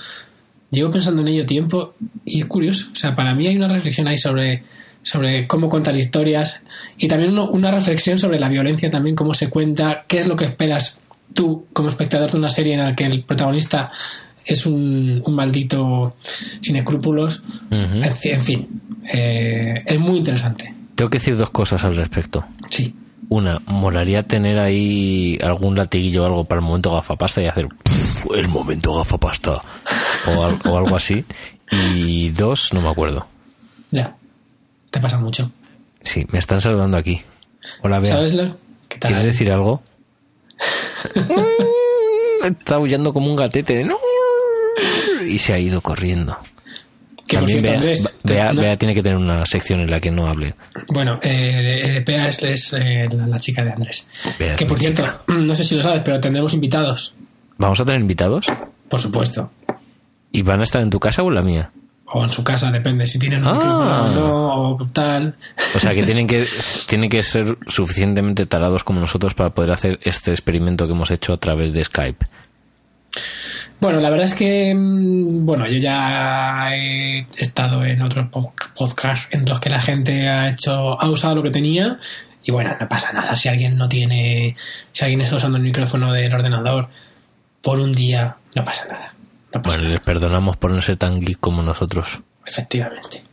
[SPEAKER 2] llevo pensando en ello tiempo y es curioso. O sea, para mí hay una reflexión ahí sobre, sobre cómo contar historias y también uno- una reflexión sobre la violencia, también cómo se cuenta, qué es lo que esperas tú como espectador de una serie en la que el protagonista es un, un maldito sin escrúpulos.
[SPEAKER 1] Ujú.
[SPEAKER 2] En, en fin, eh, es muy interesante.
[SPEAKER 1] Tengo que decir dos cosas al respecto.
[SPEAKER 2] Sí.
[SPEAKER 1] Una, molaría tener ahí algún latiguillo o algo para el momento gafapasta y hacer "Pff, el momento gafapasta o, al- o algo así. Y dos, no me acuerdo.
[SPEAKER 2] Ya. Te pasa mucho.
[SPEAKER 1] Sí, me están saludando aquí. Hola, Bea.
[SPEAKER 2] ¿Sabes lo? ¿Qué tal?
[SPEAKER 1] ¿Quieres decir algo? Mm, Está aullando como un gatete. No. Y se ha ido corriendo.
[SPEAKER 2] Que por
[SPEAKER 1] También
[SPEAKER 2] cierto,
[SPEAKER 1] Bea,
[SPEAKER 2] Andrés. te-
[SPEAKER 1] Bea-
[SPEAKER 2] no-
[SPEAKER 1] Bea tiene que tener una sección en la que no hable.
[SPEAKER 2] Bueno, eh, eh, Bea es, es, eh, la, la chica de Andrés.
[SPEAKER 1] Bea es
[SPEAKER 2] que por
[SPEAKER 1] mi
[SPEAKER 2] cierto, no sé si lo sabes, pero tendremos invitados.
[SPEAKER 1] ¿Vamos a tener invitados?
[SPEAKER 2] Por supuesto.
[SPEAKER 1] ¿Y van a estar en tu casa o en la mía?
[SPEAKER 2] O en su casa, depende si tienen un
[SPEAKER 1] Ah.
[SPEAKER 2] micrófono o no, o tal.
[SPEAKER 1] O sea, que tienen que, tienen que ser suficientemente tarados como nosotros para poder hacer este experimento que hemos hecho a través de Skype.
[SPEAKER 2] Bueno, la verdad es que, mm, bueno, yo ya he estado en otros po- podcasts en los que la gente ha hecho, ha usado lo que tenía y bueno, no pasa nada si alguien no tiene, si alguien está usando el micrófono del ordenador por un día, no pasa nada, no pasa
[SPEAKER 1] Bueno, Pues les perdonamos por no ser tan geek como nosotros.
[SPEAKER 2] nada, efectivamente.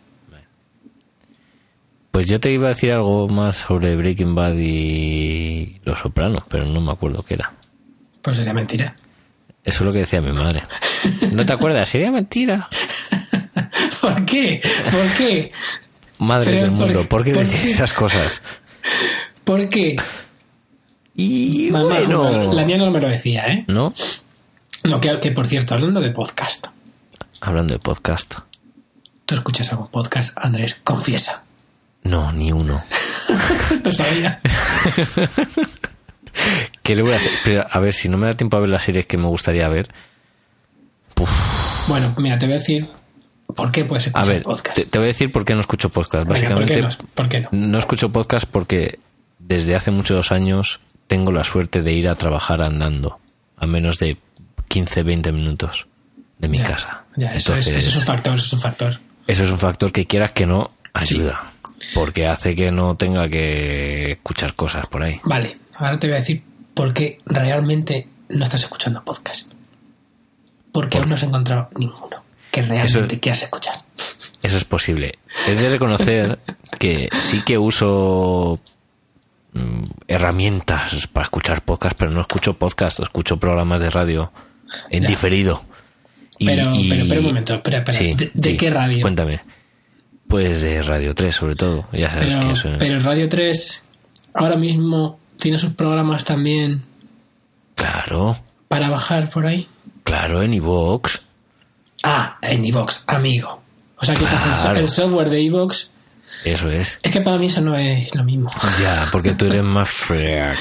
[SPEAKER 1] Pues yo te iba a decir algo más sobre Breaking Bad y Los Sopranos, pero no me acuerdo qué era.
[SPEAKER 2] Pues sería mentira.
[SPEAKER 1] Eso es lo que decía mi madre. ¿No te acuerdas? Sería mentira.
[SPEAKER 2] ¿Por qué? ¿Por qué?
[SPEAKER 1] Madres
[SPEAKER 2] Pero
[SPEAKER 1] del
[SPEAKER 2] por-
[SPEAKER 1] mundo, ¿por qué
[SPEAKER 2] ¿por
[SPEAKER 1] decís
[SPEAKER 2] qué?
[SPEAKER 1] esas cosas?
[SPEAKER 2] ¿Por qué?
[SPEAKER 1] Y
[SPEAKER 2] Mamá,
[SPEAKER 1] bueno,
[SPEAKER 2] La mía no me lo decía, ¿eh?
[SPEAKER 1] ¿no?
[SPEAKER 2] No, que, que por cierto, hablando de podcast,
[SPEAKER 1] Hablando de podcast.
[SPEAKER 2] ¿tú escuchas algún podcast, Andrés? Confiesa.
[SPEAKER 1] No, ni uno.
[SPEAKER 2] Lo sabía.
[SPEAKER 1] ¿Qué le voy a hacer? Pero, a ver, si no me da tiempo a ver las series que me gustaría ver.
[SPEAKER 2] Bueno, mira, te voy a decir por qué puedes
[SPEAKER 1] A
[SPEAKER 2] escuchar
[SPEAKER 1] ver,
[SPEAKER 2] podcast.
[SPEAKER 1] te, te voy a decir por qué no escucho podcast.
[SPEAKER 2] Venga, ¿por
[SPEAKER 1] Básicamente,
[SPEAKER 2] qué no? ¿por qué no?
[SPEAKER 1] no escucho podcast porque desde hace muchos años tengo la suerte de ir a trabajar andando a menos de 15, 20 minutos de mi
[SPEAKER 2] Ya,
[SPEAKER 1] casa.
[SPEAKER 2] Ya, eso, es,
[SPEAKER 1] Entonces,
[SPEAKER 2] eso es un factor, eso es un factor.
[SPEAKER 1] eso es un factor que quieras que no ayuda. Porque hace que no tenga que escuchar cosas por ahí.
[SPEAKER 2] Vale, ahora te voy a decir por qué realmente no estás escuchando podcast. Porque aún no has encontrado ninguno que realmente
[SPEAKER 1] Eso-
[SPEAKER 2] quieras escuchar.
[SPEAKER 1] Eso es posible. Es de reconocer que sí que uso mm, herramientas para escuchar podcast, pero no escucho podcast, escucho programas de radio en
[SPEAKER 2] Ya.
[SPEAKER 1] diferido. Y-
[SPEAKER 2] Pero,
[SPEAKER 1] y-
[SPEAKER 2] pero, pero un momento, espera, espera.
[SPEAKER 1] Sí,
[SPEAKER 2] ¿De, de
[SPEAKER 1] sí.
[SPEAKER 2] qué radio?
[SPEAKER 1] Cuéntame. Pues de Radio 3, sobre todo. Ya sabes
[SPEAKER 2] pero,
[SPEAKER 1] que eso es-
[SPEAKER 2] pero Radio 3 ahora mismo tiene sus programas también
[SPEAKER 1] Claro,
[SPEAKER 2] para bajar por ahí.
[SPEAKER 1] claro, en iVoox.
[SPEAKER 2] Ah, en iVox, amigo. O sea que usas el so-
[SPEAKER 1] Claro.
[SPEAKER 2] el, software de iVox.
[SPEAKER 1] Eso es.
[SPEAKER 2] Es que para mí eso no es lo mismo.
[SPEAKER 1] Ya, porque tú eres más freak.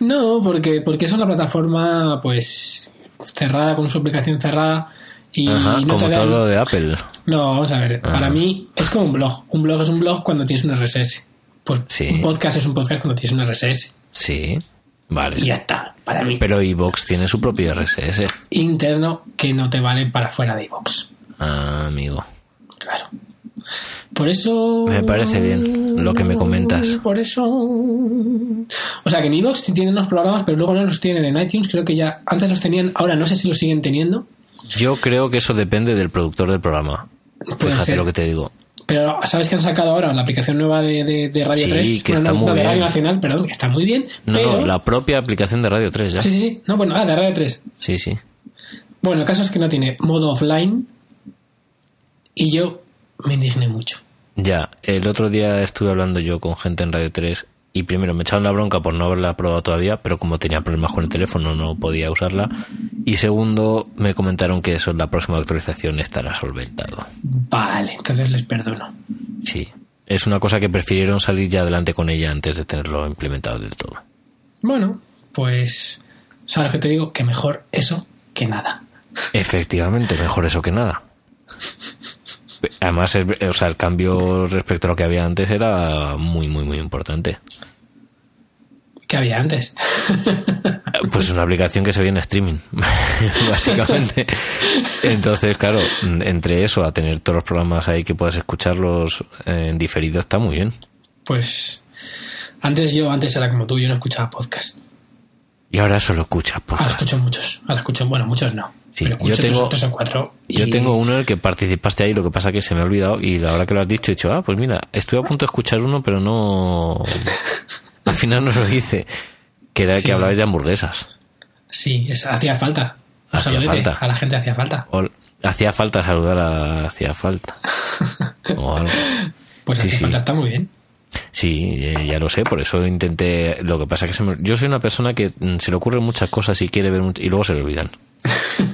[SPEAKER 2] No, porque, porque es una plataforma pues cerrada, con su aplicación cerrada. Y
[SPEAKER 1] Ajá,
[SPEAKER 2] no
[SPEAKER 1] como
[SPEAKER 2] te
[SPEAKER 1] todo
[SPEAKER 2] dan-
[SPEAKER 1] lo de Apple.
[SPEAKER 2] No, vamos a ver.
[SPEAKER 1] Ah.
[SPEAKER 2] Para mí es como un blog. Un blog es un blog cuando tienes un RSS. Pues
[SPEAKER 1] Sí.
[SPEAKER 2] un podcast es un podcast cuando tienes un RSS.
[SPEAKER 1] Sí,
[SPEAKER 2] Y
[SPEAKER 1] vale.
[SPEAKER 2] ya está, para mí.
[SPEAKER 1] Pero iVoox tiene su propio RSS.
[SPEAKER 2] Interno que no te vale para fuera de iVox.
[SPEAKER 1] Ah, amigo.
[SPEAKER 2] Claro. Por eso.
[SPEAKER 1] Me parece bien lo que me comentas.
[SPEAKER 2] Por eso. O sea, que en Evox sí tienen unos programas, pero luego no los tienen en iTunes. Creo que ya antes los tenían, ahora no sé si los siguen teniendo.
[SPEAKER 1] Yo creo que eso depende del productor del programa.
[SPEAKER 2] Puede
[SPEAKER 1] Fíjate
[SPEAKER 2] ser.
[SPEAKER 1] lo que te digo.
[SPEAKER 2] Pero sabes que han sacado ahora la aplicación nueva de, de- de Radio
[SPEAKER 1] Sí,
[SPEAKER 2] 3.
[SPEAKER 1] que
[SPEAKER 2] Bueno,
[SPEAKER 1] está
[SPEAKER 2] no,
[SPEAKER 1] muy
[SPEAKER 2] no, de Radio
[SPEAKER 1] bien.
[SPEAKER 2] Nacional, perdón, que está muy bien.
[SPEAKER 1] No,
[SPEAKER 2] pero...
[SPEAKER 1] no, la propia aplicación de Radio 3 ya.
[SPEAKER 2] Sí, sí, sí. No, bueno, ah, de Radio 3.
[SPEAKER 1] Sí, sí.
[SPEAKER 2] Bueno, el caso es que no tiene modo offline. Y yo me indigné mucho.
[SPEAKER 1] Ya, el otro día estuve hablando yo con gente en Radio 3 y primero me echaron la bronca por no haberla probado todavía, pero como tenía problemas con el teléfono no podía usarla. Y segundo, me comentaron que eso en la próxima actualización estará solventado.
[SPEAKER 2] Vale, entonces les perdono.
[SPEAKER 1] Sí. Es una cosa que prefirieron salir ya adelante con ella antes de tenerlo implementado del todo.
[SPEAKER 2] Bueno, pues. ¿Sabes lo que te digo? Que mejor eso que nada.
[SPEAKER 1] Efectivamente, mejor eso que nada. Además, es- o sea, el cambio respecto a lo que había antes era muy, muy, muy importante.
[SPEAKER 2] que había antes.
[SPEAKER 1] Pues una aplicación que se veía en streaming, básicamente. Entonces, claro, entre eso, a tener todos los programas ahí que puedas escucharlos eh, en diferido, está muy bien.
[SPEAKER 2] Pues antes yo, antes era como tú, yo no escuchaba podcast.
[SPEAKER 1] Y ahora solo escuchas
[SPEAKER 2] Ahora
[SPEAKER 1] podcast.
[SPEAKER 2] escucho muchos, ahora escucho, bueno, muchos no.
[SPEAKER 1] Sí,
[SPEAKER 2] pero escucho
[SPEAKER 1] yo tengo-
[SPEAKER 2] tres, o- tres o cuatro. y-
[SPEAKER 1] Yo tengo uno en el que participaste ahí, lo que pasa que se me ha olvidado y la hora que lo has dicho he dicho, ah, pues mira, estuve a punto de escuchar uno, pero no... Al final nos lo dice, que era
[SPEAKER 2] Sí.
[SPEAKER 1] que hablabais de hamburguesas.
[SPEAKER 2] Sí, es- hacía falta. Un
[SPEAKER 1] Hacía
[SPEAKER 2] saludete.
[SPEAKER 1] falta.
[SPEAKER 2] A la gente hacía falta.
[SPEAKER 1] O- hacía falta saludar a... Hacía falta. O algo.
[SPEAKER 2] Pues
[SPEAKER 1] Sí,
[SPEAKER 2] hacía
[SPEAKER 1] sí.
[SPEAKER 2] falta, está muy bien.
[SPEAKER 1] Sí, eh, ya lo sé, por eso intenté... Lo que pasa es que se me- yo soy una persona que mm, se le ocurren muchas cosas y quiere ver much- y luego se le olvidan.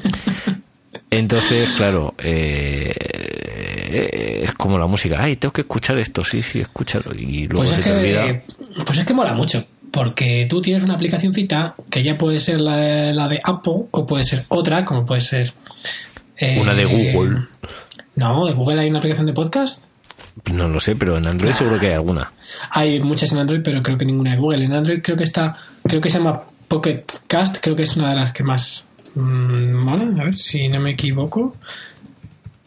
[SPEAKER 1] Entonces, claro, eh, eh, es como la música. Ay, tengo que escuchar esto, sí, sí, escúchalo. Y luego
[SPEAKER 2] Pues
[SPEAKER 1] se
[SPEAKER 2] es,
[SPEAKER 1] te olvida.
[SPEAKER 2] que, pues es que mola mucho, porque tú tienes una aplicacioncita que ya puede ser la de, la de Apple o puede ser otra, como puede ser... eh,
[SPEAKER 1] Una de Google.
[SPEAKER 2] No, de Google hay una aplicación de podcast.
[SPEAKER 1] Pues No lo sé, pero en Android seguro que hay alguna.
[SPEAKER 2] Hay muchas en Android, pero creo que ninguna de Google. En Android creo que está, creo que se llama Pocket Cast, creo que es una de las que más mm, mola. A ver si no me equivoco.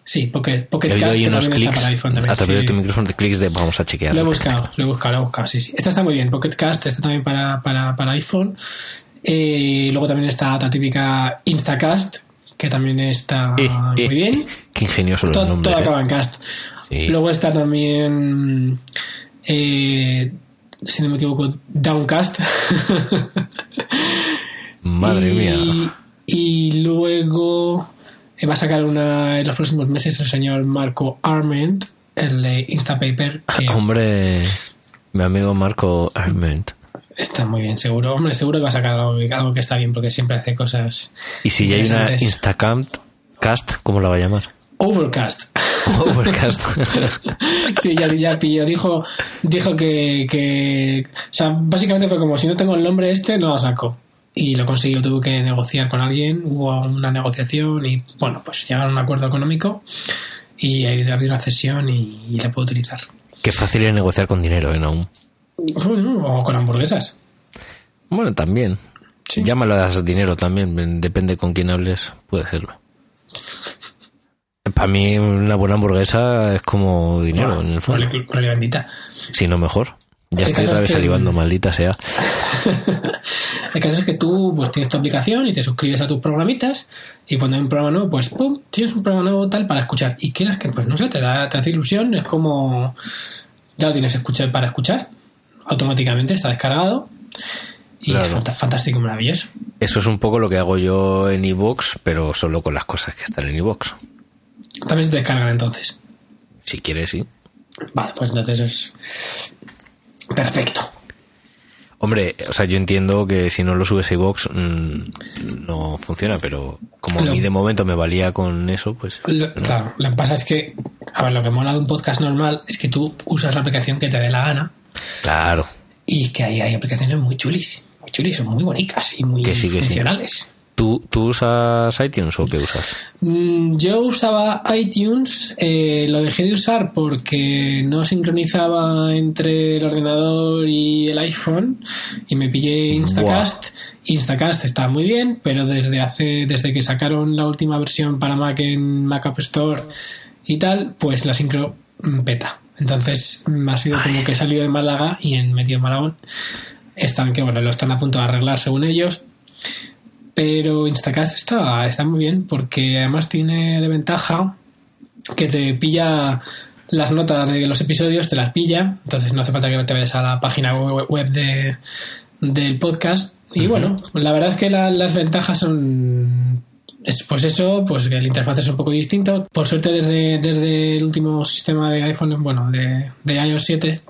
[SPEAKER 2] Sí, Pocket, Pocket
[SPEAKER 1] He oído
[SPEAKER 2] Cast,
[SPEAKER 1] ahí
[SPEAKER 2] que
[SPEAKER 1] unos
[SPEAKER 2] también está
[SPEAKER 1] clics
[SPEAKER 2] para iPhone también.
[SPEAKER 1] a través de
[SPEAKER 2] sí.
[SPEAKER 1] tu micrófono de clics de vamos a chequear.
[SPEAKER 2] Lo he buscado, lo he buscado, lo he buscado, sí, sí. Esta está muy bien, Pocket Cast está también para, para, para iPhone. Eh, luego también está otra típica Instacast, que también está
[SPEAKER 1] Eh, eh,
[SPEAKER 2] ah, muy bien.
[SPEAKER 1] Qué ingenioso los
[SPEAKER 2] To- Todo,
[SPEAKER 1] nombres. ¿eh?
[SPEAKER 2] acaba en cast.
[SPEAKER 1] Sí.
[SPEAKER 2] Luego está también, eh, si no me equivoco, Downcast.
[SPEAKER 1] ¿eh? Madre
[SPEAKER 2] Y-
[SPEAKER 1] mía.
[SPEAKER 2] Y luego eh, va a sacar una en los próximos meses el señor Marco Arment, el de Instapaper, que
[SPEAKER 1] Oh, Hombre, mi amigo Marco Arment.
[SPEAKER 2] está muy bien, seguro. Hombre, seguro que va a sacar algo, algo que está bien porque siempre hace cosas.
[SPEAKER 1] Y si ya hay una
[SPEAKER 2] interesantes.
[SPEAKER 1] Instacam cast, ¿cómo la va a llamar?
[SPEAKER 2] Overcast.
[SPEAKER 1] Overcast.
[SPEAKER 2] Sí, ya, ya pilló. Dijo, dijo que, que- O sea, básicamente fue como: si no tengo el nombre este, no lo saco. Y lo consiguió, tuvo que negociar con alguien, hubo una negociación y, bueno, pues llegaron a un acuerdo económico y ha habido una cesión y, y la puedo utilizar.
[SPEAKER 1] Qué fácil es negociar con dinero, ¿eh, Naum?
[SPEAKER 2] Bueno, o con hamburguesas.
[SPEAKER 1] Bueno, también.
[SPEAKER 2] Sí.
[SPEAKER 1] Llámalo a dinero también, depende con quién hables, puede serlo. Para mí una buena hamburguesa es como dinero, en el fondo,
[SPEAKER 2] Ole- ole bendita.
[SPEAKER 1] si no mejor. Ya
[SPEAKER 2] El
[SPEAKER 1] estoy
[SPEAKER 2] caso
[SPEAKER 1] otra
[SPEAKER 2] Ah, es
[SPEAKER 1] vez
[SPEAKER 2] que-
[SPEAKER 1] salivando, maldita sea.
[SPEAKER 2] El caso es que tú pues, tienes tu aplicación y te suscribes a tus programitas y cuando hay un programa nuevo, pues pum, tienes un programa nuevo tal para escuchar. Y quieras que, pues no sé, te, da, te hace ilusión, es como ya lo tienes escuchar para escuchar, automáticamente está descargado y
[SPEAKER 1] Claro.
[SPEAKER 2] es fanta- fantástico, maravilloso.
[SPEAKER 1] Eso es un poco lo que hago yo en iVoox, pero solo con las cosas que están en iVoox.
[SPEAKER 2] También se descargan entonces.
[SPEAKER 1] Si quieres, sí.
[SPEAKER 2] Vale, pues entonces es perfecto.
[SPEAKER 1] Hombre, o sea, yo entiendo que si no lo subes a iVoox mm, no funciona, pero como a
[SPEAKER 2] Lo-
[SPEAKER 1] mí de momento me valía con eso, pues...
[SPEAKER 2] Lo- claro, lo que pasa es que, a ver, lo que mola de un podcast normal es que tú usas la aplicación que te dé la gana.
[SPEAKER 1] Claro.
[SPEAKER 2] Y que ahí hay aplicaciones muy chulis, muy chulis, son muy bonitas y muy
[SPEAKER 1] Que sí, que sí.
[SPEAKER 2] funcionales.
[SPEAKER 1] ¿Tú, ¿Tú usas iTunes o qué usas?
[SPEAKER 2] Mm, Yo usaba iTunes, eh, lo dejé de usar porque no sincronizaba entre el ordenador y el iPhone y me pillé Instacast. Instacast está muy bien, pero desde hace, desde que sacaron la última versión para Mac en Mac App Store y tal, pues la sincro mm, peta. Entonces mm, ha sido como que he salido de Málaga y en metido en Malagón. Están que bueno, lo están a punto de arreglar según ellos, pero Instacast está, está muy bien porque además tiene de ventaja que te pilla las notas de los episodios, te las pilla, entonces no hace falta que te vayas a la página we- web de, del podcast. Y bueno, la verdad es que la- las ventajas son... es, pues eso, pues que el interfaz es un poco distinto. Por suerte desde, desde el último sistema de iPhone, bueno, de, de iOS 7,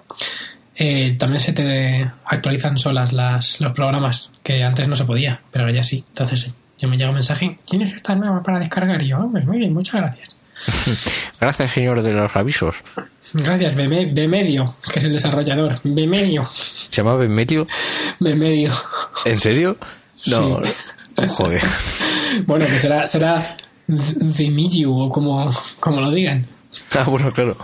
[SPEAKER 2] eh, también se te actualizan solas las, los programas, que antes no se podía, pero ahora ya sí. Entonces, sí, yo me llega un mensaje, ¿tienes esta nueva para descargar? Y yo, "Ah, pues muy bien, muchas gracias.
[SPEAKER 1] Gracias, señor de los avisos.
[SPEAKER 2] Gracias, Beme- Bemedio, que es el desarrollador. Bemedio,
[SPEAKER 1] ¿Se llama Benmetio?
[SPEAKER 2] Bemedio.
[SPEAKER 1] ¿En serio? No. Joder.
[SPEAKER 2] Bueno, que será, será Bemedio o como, como lo digan.
[SPEAKER 1] Ah, bueno, claro.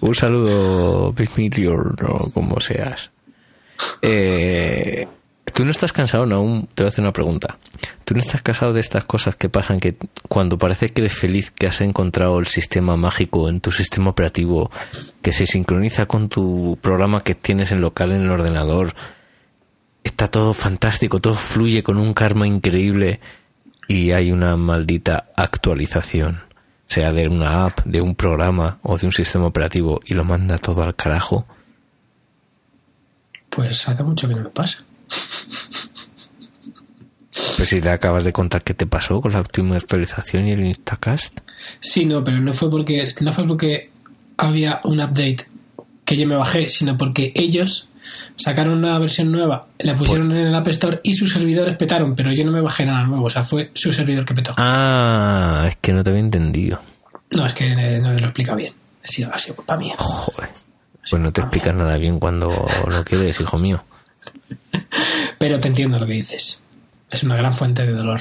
[SPEAKER 1] Un saludo, Big Meteor, o como seas. Eh, Tú no estás cansado, aún te voy a hacer una pregunta. ¿Tú no estás cansado de estas cosas que pasan que cuando parece que eres feliz que has encontrado el sistema mágico en tu sistema operativo que se sincroniza con tu programa que tienes en local en el ordenador? Está todo fantástico, todo fluye con un karma increíble y hay una maldita actualización, sea de una app, de un programa o de un sistema operativo y lo manda todo al carajo.
[SPEAKER 2] Pues hace mucho que no me pasa.
[SPEAKER 1] Pues si te acabas de contar qué te pasó con la última actualización y el Instacast.
[SPEAKER 2] Sí, no, pero no fue porque no fue porque había un update que yo me bajé, sino porque ellos sacaron una versión nueva, la pusieron en el App Store y sus servidores petaron, pero yo no me bajé nada nuevo, o sea, fue su servidor que petó.
[SPEAKER 1] Ah, es que no te había entendido.
[SPEAKER 2] No, es que eh, no lo he explicado bien. Ha sido, ha sido culpa mía.
[SPEAKER 1] Joder. Pues no te explicas nada bien cuando lo quieres, hijo mío.
[SPEAKER 2] Pero te entiendo lo que dices. Es una gran fuente de dolor.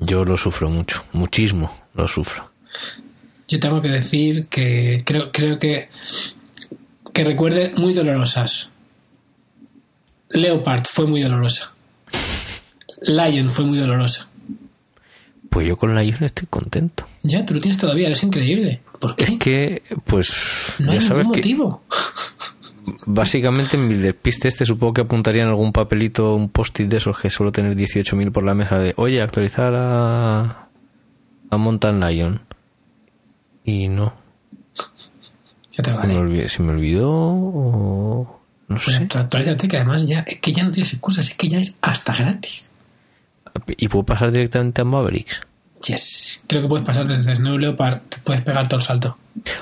[SPEAKER 1] Yo lo sufro mucho, muchísimo lo sufro.
[SPEAKER 2] Yo tengo que decir que creo, creo que, que recuerde muy dolorosas. Leopard fue muy dolorosa. Lion fue muy dolorosa.
[SPEAKER 1] Pues yo con la Ion estoy contento.
[SPEAKER 2] Ya, tú lo tienes todavía, eres increíble. ¿Por qué?
[SPEAKER 1] Es que, pues,
[SPEAKER 2] no
[SPEAKER 1] ya
[SPEAKER 2] hay
[SPEAKER 1] sabes
[SPEAKER 2] ningún
[SPEAKER 1] que
[SPEAKER 2] motivo.
[SPEAKER 1] básicamente en mi despiste este supongo que apuntaría en algún papelito, un post-it de esos que suelo tener 18.000 por la mesa de, oye, actualizar a, a Mountain Lion. Y no,
[SPEAKER 2] Ya te
[SPEAKER 1] se,
[SPEAKER 2] vale.
[SPEAKER 1] me olvidó, se me olvidó o... No
[SPEAKER 2] Pues
[SPEAKER 1] sé.
[SPEAKER 2] actualízate, que además ya, es que ya no tienes excusas, es que ya es hasta gratis.
[SPEAKER 1] ¿Y puedo pasar directamente a Mavericks?
[SPEAKER 2] Yes. Creo que puedes pasar desde Snow Leopard, te puedes pegar todo el salto.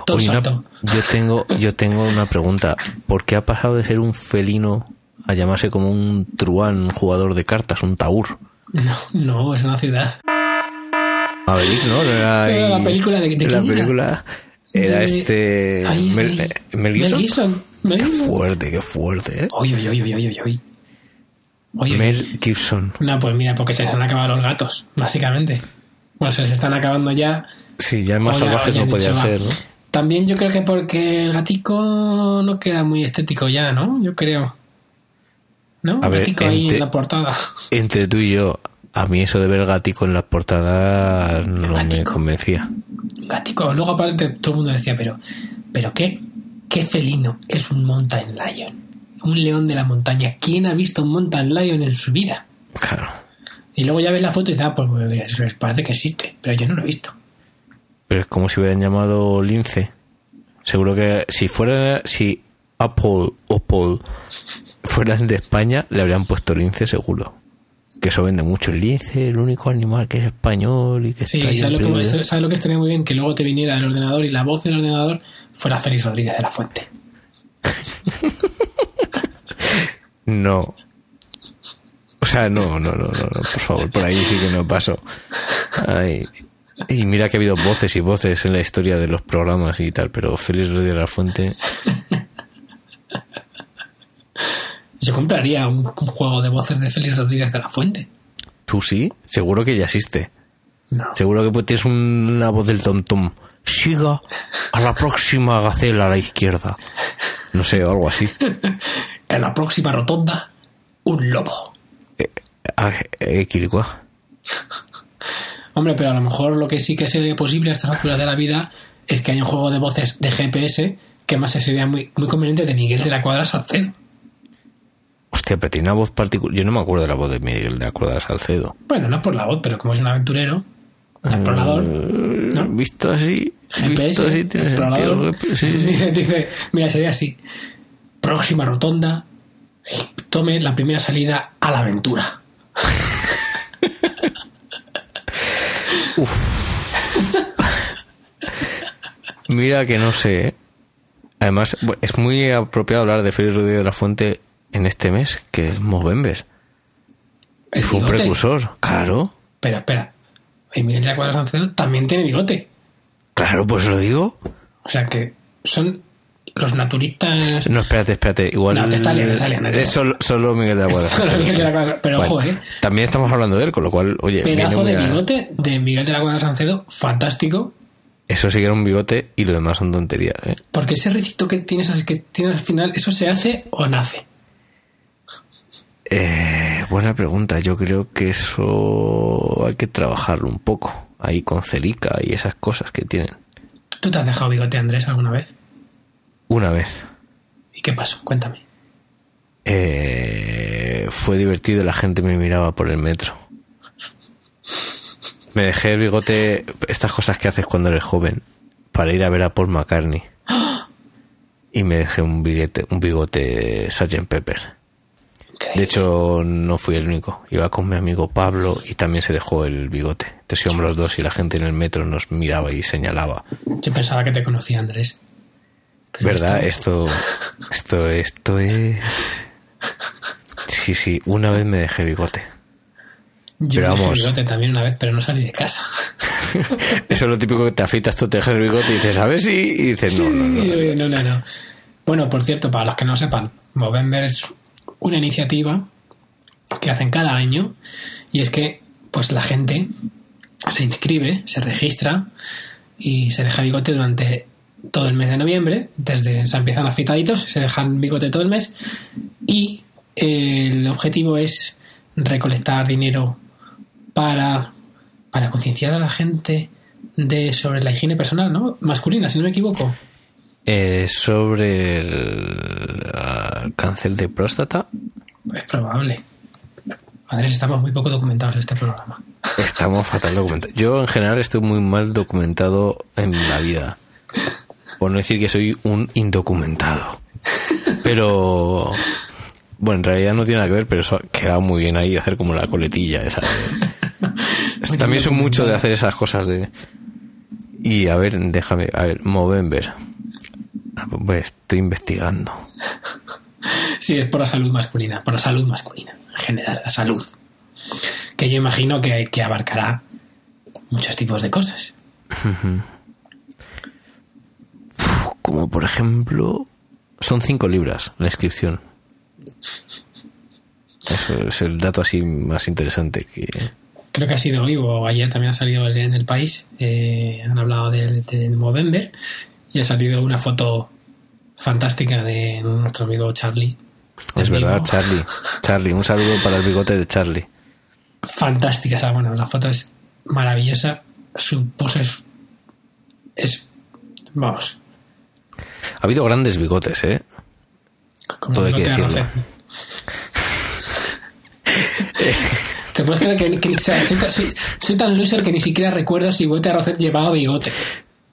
[SPEAKER 2] Todo
[SPEAKER 1] Oye,
[SPEAKER 2] el
[SPEAKER 1] una-
[SPEAKER 2] salto.
[SPEAKER 1] yo tengo yo tengo una pregunta. ¿Por qué ha pasado de ser un felino a llamarse como un truán, un jugador de cartas, un taur?
[SPEAKER 2] No, no, es una ciudad.
[SPEAKER 1] Maverick, ¿no? No Era,
[SPEAKER 2] Era la película de- ¿de
[SPEAKER 1] la
[SPEAKER 2] quién era?
[SPEAKER 1] película era
[SPEAKER 2] De-
[SPEAKER 1] este
[SPEAKER 2] Ay, ay,
[SPEAKER 1] Mel,
[SPEAKER 2] ay.
[SPEAKER 1] eh, Mel Gibson.
[SPEAKER 2] Mel
[SPEAKER 1] Qué
[SPEAKER 2] Gibson.
[SPEAKER 1] fuerte, qué fuerte, ¿eh?
[SPEAKER 2] Oye, oye, oye, oye, oye, oye. Oye,
[SPEAKER 1] Mel Gibson.
[SPEAKER 2] No, pues mira, porque se les han acabado los gatos, básicamente. Bueno, se les están acabando ya.
[SPEAKER 1] Sí, ya más
[SPEAKER 2] O ya-
[SPEAKER 1] salvajes
[SPEAKER 2] ya
[SPEAKER 1] no
[SPEAKER 2] han
[SPEAKER 1] podía
[SPEAKER 2] dicho, va.
[SPEAKER 1] ser, ¿no?
[SPEAKER 2] También yo creo que porque el gatico no queda muy estético ya, ¿no? Yo creo. ¿No?
[SPEAKER 1] A
[SPEAKER 2] Un
[SPEAKER 1] ver,
[SPEAKER 2] gatico ahí
[SPEAKER 1] ente-
[SPEAKER 2] en la portada.
[SPEAKER 1] Entre tú y yo, a mí eso de ver gatico en las portadas no me
[SPEAKER 2] Gatico.
[SPEAKER 1] convencía.
[SPEAKER 2] Un gatico. Luego aparte todo el mundo decía, pero, pero qué, qué felino es un mountain lion. Un león de la montaña. ¿Quién ha visto un mountain lion en su vida?
[SPEAKER 1] Claro.
[SPEAKER 2] Y luego ya ves la foto y dices, ah, pues mira, eso es- parece que existe, pero yo no lo he visto.
[SPEAKER 1] Pero es como si hubieran llamado lince. Seguro que si fuera, si Apple o Paul fueran de España, le habrían puesto lince seguro. Que eso vende mucho. El lince, el único animal que es español y que
[SPEAKER 2] Sí,
[SPEAKER 1] está ahí
[SPEAKER 2] ¿sabes lo,
[SPEAKER 1] en
[SPEAKER 2] que,
[SPEAKER 1] Perú.
[SPEAKER 2] ¿sabes lo que estaría muy bien? Que luego te viniera el ordenador y la voz del ordenador fuera Félix Rodríguez de la Fuente.
[SPEAKER 1] No. O sea, no, no, no, no, no, por favor, por ahí sí que no paso. Ay. Y mira que ha habido voces y voces en la historia de los programas y tal, pero Félix Rodríguez de la Fuente,
[SPEAKER 2] Yo compraría un, un juego de voces de Félix Rodríguez de la Fuente.
[SPEAKER 1] tú sí, seguro que ya existe.
[SPEAKER 2] No.
[SPEAKER 1] Seguro que pues, tienes una voz del tom tom. Siga a la próxima gacela a la izquierda. No sé, o algo así.
[SPEAKER 2] En la próxima rotonda, un lobo.
[SPEAKER 1] Ah, eh, Quilicua.
[SPEAKER 2] Hombre, pero a lo mejor lo que sí que sería posible a estas alturas de la vida es que haya un juego de voces de GPS que más sería muy, muy conveniente de Miguel de la Cuadra Salcedo.
[SPEAKER 1] Hostia, pero tiene una voz particular. Yo no me acuerdo de la voz de Miguel, de acuerdo de Salcedo.
[SPEAKER 2] Bueno, no por la voz, pero como es un aventurero, un explorador,
[SPEAKER 1] Mm.
[SPEAKER 2] ¿no?
[SPEAKER 1] Visto así, visto
[SPEAKER 2] GPS,
[SPEAKER 1] así tiene sentido.
[SPEAKER 2] explorador.
[SPEAKER 1] Sí, sí, sí.
[SPEAKER 2] Dice, dice, mira, sería así. Próxima rotonda, tome la primera salida a la aventura.
[SPEAKER 1] Mira que no sé. ¿eh? Además, bu- es muy apropiado hablar de Félix Rodríguez de la Fuente en este mes, que es Movember. Y
[SPEAKER 2] El
[SPEAKER 1] fue un
[SPEAKER 2] bigote.
[SPEAKER 1] precursor. Claro,
[SPEAKER 2] Espera, espera. Y Miguel de la Cuadra Sancedo también tiene bigote.
[SPEAKER 1] claro, pues lo digo.
[SPEAKER 2] O sea que son los naturistas...
[SPEAKER 1] No, espérate, espérate. Igual
[SPEAKER 2] No, te está liando, te está liando.
[SPEAKER 1] Es solo, solo Miguel de la Cuadra.
[SPEAKER 2] Solo Miguel de la Cuadra, pero ojo, ¿eh?
[SPEAKER 1] También estamos hablando de él, con lo cual, oye.
[SPEAKER 2] Pedazo
[SPEAKER 1] viene
[SPEAKER 2] de
[SPEAKER 1] muy a-
[SPEAKER 2] bigote de Miguel de la Cuadra Sancedo, fantástico.
[SPEAKER 1] Eso sí que era un bigote y lo demás son tonterías, ¿eh?
[SPEAKER 2] Porque ese ricito que tienes, al- que tienes al final, ¿eso se hace o nace?
[SPEAKER 1] Eh, Buena pregunta. Yo creo que eso hay que trabajarlo un poco. Ahí con celica y esas cosas que tienen.
[SPEAKER 2] ¿Tú te has dejado bigote, Andrés, alguna vez?
[SPEAKER 1] Una vez.
[SPEAKER 2] ¿Y qué pasó? Cuéntame.
[SPEAKER 1] Eh, fue divertido, la gente me miraba por el metro. Me dejé el bigote, estas cosas que haces cuando eres joven, para ir a ver a Paul McCartney. y me dejé un bigote, un bigote Sgt. Pepper. De hecho, no fui el único. Iba con mi amigo Pablo y también se dejó el bigote. Entonces íbamos los dos y la gente en el metro nos miraba y señalaba.
[SPEAKER 2] Yo pensaba que te conocía, Andrés. Pero
[SPEAKER 1] ¿Verdad? Esto, esto, esto es... Sí, sí, una vez me dejé bigote.
[SPEAKER 2] Yo
[SPEAKER 1] Pero
[SPEAKER 2] me dejé
[SPEAKER 1] vamos.
[SPEAKER 2] bigote también una vez, pero no salí de casa.
[SPEAKER 1] Eso es lo típico que te afeitas tú, te dejas el bigote y dices, a ver si... Y dices, no,
[SPEAKER 2] Sí,
[SPEAKER 1] no, no,
[SPEAKER 2] sí,
[SPEAKER 1] no.
[SPEAKER 2] sí, no, no, no. Bueno, por cierto, para los que no lo sepan, Movember es una iniciativa que hacen cada año y es que pues la gente se inscribe, se registra y se deja bigote durante todo el mes de noviembre, desde se empiezan afeitaditos, se dejan bigote todo el mes y eh, el objetivo es recolectar dinero para, para concienciar a la gente de sobre la higiene personal, ¿no? Masculina, si no me equivoco.
[SPEAKER 1] Eh, sobre el ah, cáncer de próstata,
[SPEAKER 2] Es probable. Andrés, estamos muy poco documentados en este programa.
[SPEAKER 1] estamos fatal documentados. Yo en general estoy muy mal documentado en la vida. Por no decir que soy un indocumentado. Pero... Bueno, en realidad no tiene nada que ver, pero eso queda muy bien ahí, hacer como la coletilla esa. de- También soy mucho de hacer esas cosas de... Y a ver, déjame, a ver, Movember. Ah, Pues estoy investigando.
[SPEAKER 2] Sí, es por la salud masculina, por la salud masculina, en general, la salud. Que yo imagino que, que abarcará muchos tipos de cosas.
[SPEAKER 1] Pues Como por ejemplo, son 5 libras la inscripción. Eso es el dato así más interesante que...
[SPEAKER 2] Creo que ha sido hoy o ayer también ha salido el- en el país, eh, han hablado del, del Movember y ha salido una foto fantástica de nuestro amigo Charlie.
[SPEAKER 1] Es
[SPEAKER 2] Amigo.
[SPEAKER 1] verdad, Charlie. Charlie, un saludo para el bigote de Charlie.
[SPEAKER 2] fantástica. O sea, bueno, la foto es maravillosa. Su pose es. es vamos.
[SPEAKER 1] Ha habido grandes bigotes, ¿eh?
[SPEAKER 2] Como
[SPEAKER 1] Todo hay
[SPEAKER 2] no
[SPEAKER 1] que
[SPEAKER 2] te
[SPEAKER 1] decirlo.
[SPEAKER 2] arroce. ¿Te puedes creer que, que- o sea, soy, tan- soy- soy tan loser que ni siquiera recuerdo si Bote Arrocet llevaba bigote?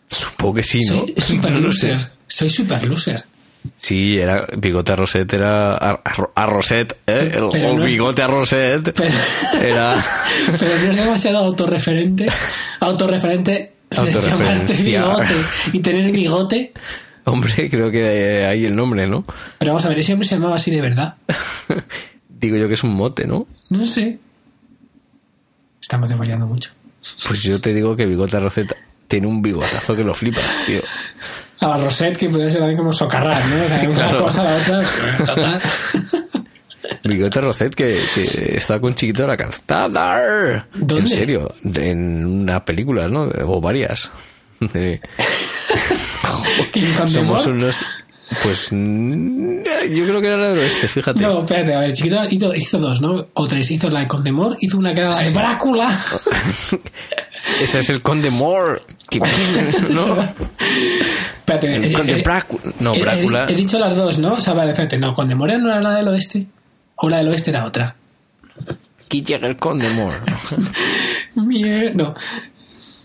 [SPEAKER 1] Supongo que sí, ¿no?
[SPEAKER 2] Soy super
[SPEAKER 1] No lo sé.
[SPEAKER 2] loser. Soy super loser.
[SPEAKER 1] Sí, era bigote a Rosette, era a, a- a Rosette, ¿eh? El,
[SPEAKER 2] Pero
[SPEAKER 1] o
[SPEAKER 2] no es-
[SPEAKER 1] bigote a Rosette.
[SPEAKER 2] Pero-
[SPEAKER 1] Era
[SPEAKER 2] Pero no es demasiado autorreferente. Autorreferente.
[SPEAKER 1] Autorreferencia.
[SPEAKER 2] Llamarte bigote y tener bigote.
[SPEAKER 1] hombre, creo que ahí el nombre, ¿no?
[SPEAKER 2] Pero vamos a ver, ese hombre se llamaba así de verdad.
[SPEAKER 1] Digo yo que es un mote, ¿no?
[SPEAKER 2] No sé. Estamos desvariando mucho.
[SPEAKER 1] Pues yo te digo que Bigote Rosetta tiene un bigotazo que lo flipas, tío.
[SPEAKER 2] A Rosette, que puede ser también como socarrar, ¿no? O sea, una
[SPEAKER 1] Claro.
[SPEAKER 2] cosa, la otra. Total.
[SPEAKER 1] Bigote Rosette que, que está con Chiquito de la Calzada.
[SPEAKER 2] ¿Dónde?
[SPEAKER 1] En serio, en unas películas, ¿no? O varias. De-
[SPEAKER 2] ¿Y con
[SPEAKER 1] Somos
[SPEAKER 2] humor?
[SPEAKER 1] unos... Pues mm, yo creo que era la del oeste, fíjate.
[SPEAKER 2] No, espérate, a ver, chiquito hizo, hizo dos, ¿no? O tres, hizo la de Condemor, hizo una que era la de Brácula.
[SPEAKER 1] Ese es el Conde Moore. que- ¿No?
[SPEAKER 2] Espérate,
[SPEAKER 1] El
[SPEAKER 2] eh,
[SPEAKER 1] Conde
[SPEAKER 2] eh,
[SPEAKER 1] Brácula. No,
[SPEAKER 2] eh, eh,
[SPEAKER 1] Brácula.
[SPEAKER 2] He, dicho las dos, ¿no? O sea, vale, espérate, no, Condemor no era la del oeste, o la del oeste era otra. eh.
[SPEAKER 1] Aquí llega el Conde Moore.
[SPEAKER 2] Mier... No.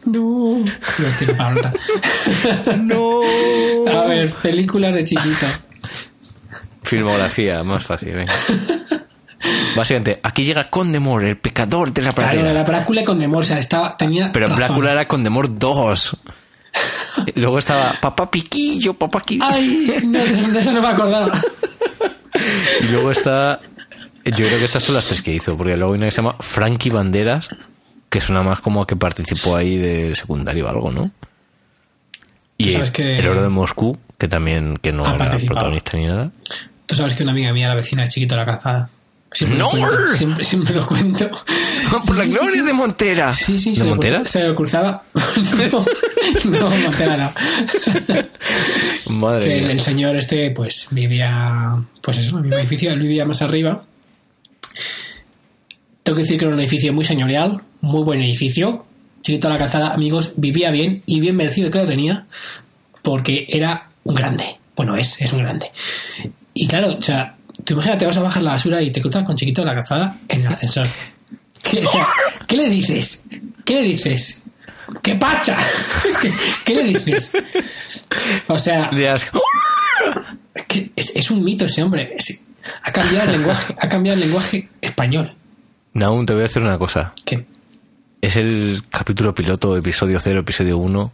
[SPEAKER 2] No. Lo tiro para otra.
[SPEAKER 1] No.
[SPEAKER 2] A ver, películas de chiquito.
[SPEAKER 1] Filmografía, más fácil, venga. Básicamente, aquí llega Condemor, el pecador de la
[SPEAKER 2] Claro,
[SPEAKER 1] pradera.
[SPEAKER 2] la Brácula y Condemor, o sea, estaba, tenía.
[SPEAKER 1] Pero
[SPEAKER 2] razón.
[SPEAKER 1] Brácula era Condemor 2. Y Luego estaba Papá Piquillo, Papá Piquillo.
[SPEAKER 2] Ay, no, de de eso no me acordaba.
[SPEAKER 1] Y luego está. Yo creo que esas son las tres que hizo, porque luego hay una que se llama Frankie Banderas, que suena más como a que participó ahí de secundario o algo, ¿no? Y
[SPEAKER 2] Sabes que-
[SPEAKER 1] El Oro de Moscú, que también que no
[SPEAKER 2] Ha
[SPEAKER 1] era
[SPEAKER 2] participado.
[SPEAKER 1] protagonista ni nada.
[SPEAKER 2] Tú sabes que una amiga mía, la vecina de Chiquito de la Calzada, siempre,
[SPEAKER 1] ¡No!
[SPEAKER 2] lo cuento, siempre, siempre lo cuento.
[SPEAKER 1] ¡Por la
[SPEAKER 2] Sí, sí,
[SPEAKER 1] gloria
[SPEAKER 2] sí.
[SPEAKER 1] de Montera!
[SPEAKER 2] Sí, sí,
[SPEAKER 1] ¿De
[SPEAKER 2] se lo
[SPEAKER 1] Montera?
[SPEAKER 2] cruz- Se lo cruzaba. No, no, Montera no.
[SPEAKER 1] Madre
[SPEAKER 2] Que el,
[SPEAKER 1] mía.
[SPEAKER 2] el señor este, pues, vivía, pues eso, en el mismo edificio, él vivía más arriba. Tengo que decir que era un edificio muy señorial, muy buen edificio. Chiquito de la Calzada, amigos, vivía bien y bien merecido que lo tenía, porque era un grande. Bueno, es, es un grande. Y claro, o sea, tú imagínate, vas a bajar la basura y te cruzas con Chiquito de la Calzada en el ascensor. ¿Qué, o sea, ¿qué le dices? ¿Qué le dices? ¡Qué pacha! ¿Qué, qué le dices? O sea,
[SPEAKER 1] De asco.
[SPEAKER 2] Es, que es, es un mito ese hombre. Es- ha cambiado el lenguaje, ha cambiado el lenguaje español.
[SPEAKER 1] Naum, te voy a hacer una cosa.
[SPEAKER 2] Que
[SPEAKER 1] Es el capítulo piloto, episodio 0, episodio 1,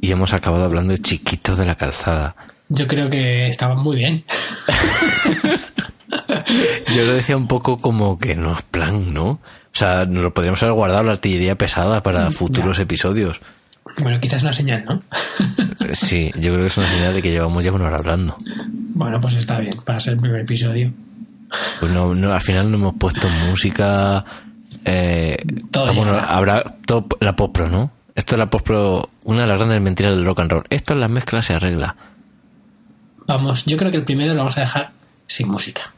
[SPEAKER 1] y hemos acabado hablando de chiquitos de la calzada.
[SPEAKER 2] yo creo que estaba muy bien.
[SPEAKER 1] Yo lo decía un poco como que no es plan, ¿no? O sea, nos lo podríamos haber guardado la artillería pesada para futuros episodios.
[SPEAKER 2] Bueno, quizás una señal, ¿no?
[SPEAKER 1] Sí, yo creo que es una señal de que llevamos ya una hora hablando.
[SPEAKER 2] Bueno, pues está bien, para ser el primer episodio.
[SPEAKER 1] Pues no, no, al final no hemos puesto música. Eh,
[SPEAKER 2] Todo
[SPEAKER 1] ah, bueno,
[SPEAKER 2] ya.
[SPEAKER 1] habrá todo la postpro, ¿no? Esto es la postpro, una de las grandes mentiras del rock and roll. Esto en las mezclas se arregla.
[SPEAKER 2] Vamos, yo creo que el primero lo vamos a dejar sin música.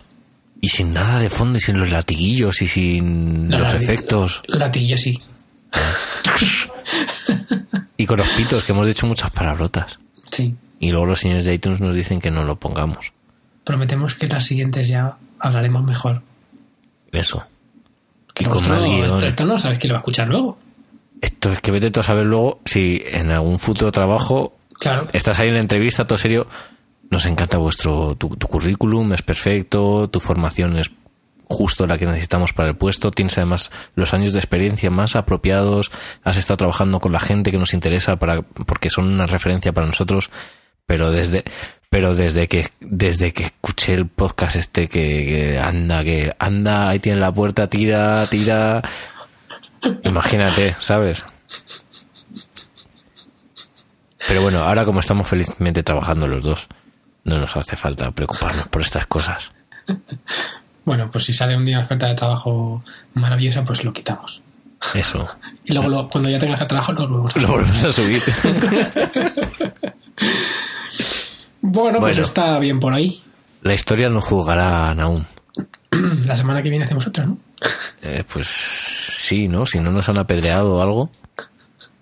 [SPEAKER 1] Y sin nada de fondo, y sin los latiguillos, y sin los
[SPEAKER 2] lati-
[SPEAKER 1] efectos.
[SPEAKER 2] Latillo sí.
[SPEAKER 1] Y con los pitos, que hemos dicho muchas palabrotas.
[SPEAKER 2] Sí.
[SPEAKER 1] Y luego los señores de iTunes nos dicen que no lo pongamos.
[SPEAKER 2] Prometemos que las siguientes ya hablaremos mejor.
[SPEAKER 1] Eso. Y
[SPEAKER 2] Pero
[SPEAKER 1] con
[SPEAKER 2] esto
[SPEAKER 1] más
[SPEAKER 2] no-
[SPEAKER 1] guión.
[SPEAKER 2] esto, esto no sabes quién lo va a escuchar luego.
[SPEAKER 1] Esto es que vete tú a saber luego si en algún futuro trabajo
[SPEAKER 2] Claro.
[SPEAKER 1] estás ahí en la entrevista, todo serio. Nos encanta vuestro. Tu, tu currículum es perfecto, tu formación es justo la que necesitamos para el puesto. Tienes además los años de experiencia más apropiados. Has estado trabajando con la gente que nos interesa para, porque son una referencia para nosotros. Pero desde, pero desde que, desde que escuché el podcast este que, que anda, que anda, ahí tiene la puerta, tira, tira. Imagínate, ¿sabes? Pero bueno, ahora como estamos felizmente trabajando los dos, no nos hace falta preocuparnos por estas cosas.
[SPEAKER 2] Bueno, pues si sale un día una oferta de trabajo maravillosa, pues lo quitamos.
[SPEAKER 1] Eso. pues
[SPEAKER 2] Y luego lo- cuando ya tengas el trabajo lo volvemos a
[SPEAKER 1] Ah. Lo volvemos a subir.
[SPEAKER 2] Bueno, pues
[SPEAKER 1] Bueno.
[SPEAKER 2] está bien por ahí.
[SPEAKER 1] La historia no juzgará a Naum.
[SPEAKER 2] La semana que viene hacemos otra, ¿no?
[SPEAKER 1] Eh, pues sí, ¿no? Si no nos han apedreado o algo.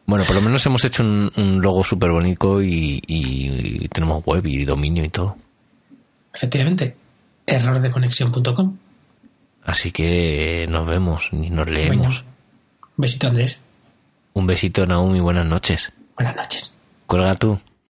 [SPEAKER 1] Bueno, por lo menos hemos hecho un, un logo súper bonito y, y tenemos web y dominio y todo.
[SPEAKER 2] Efectivamente. Errordeconexión.com.
[SPEAKER 1] Así que nos vemos y nos leemos.
[SPEAKER 2] Besito, Andrés.
[SPEAKER 1] Un besito, Naum, y buenas noches.
[SPEAKER 2] Buenas noches.
[SPEAKER 1] Cuelga tú.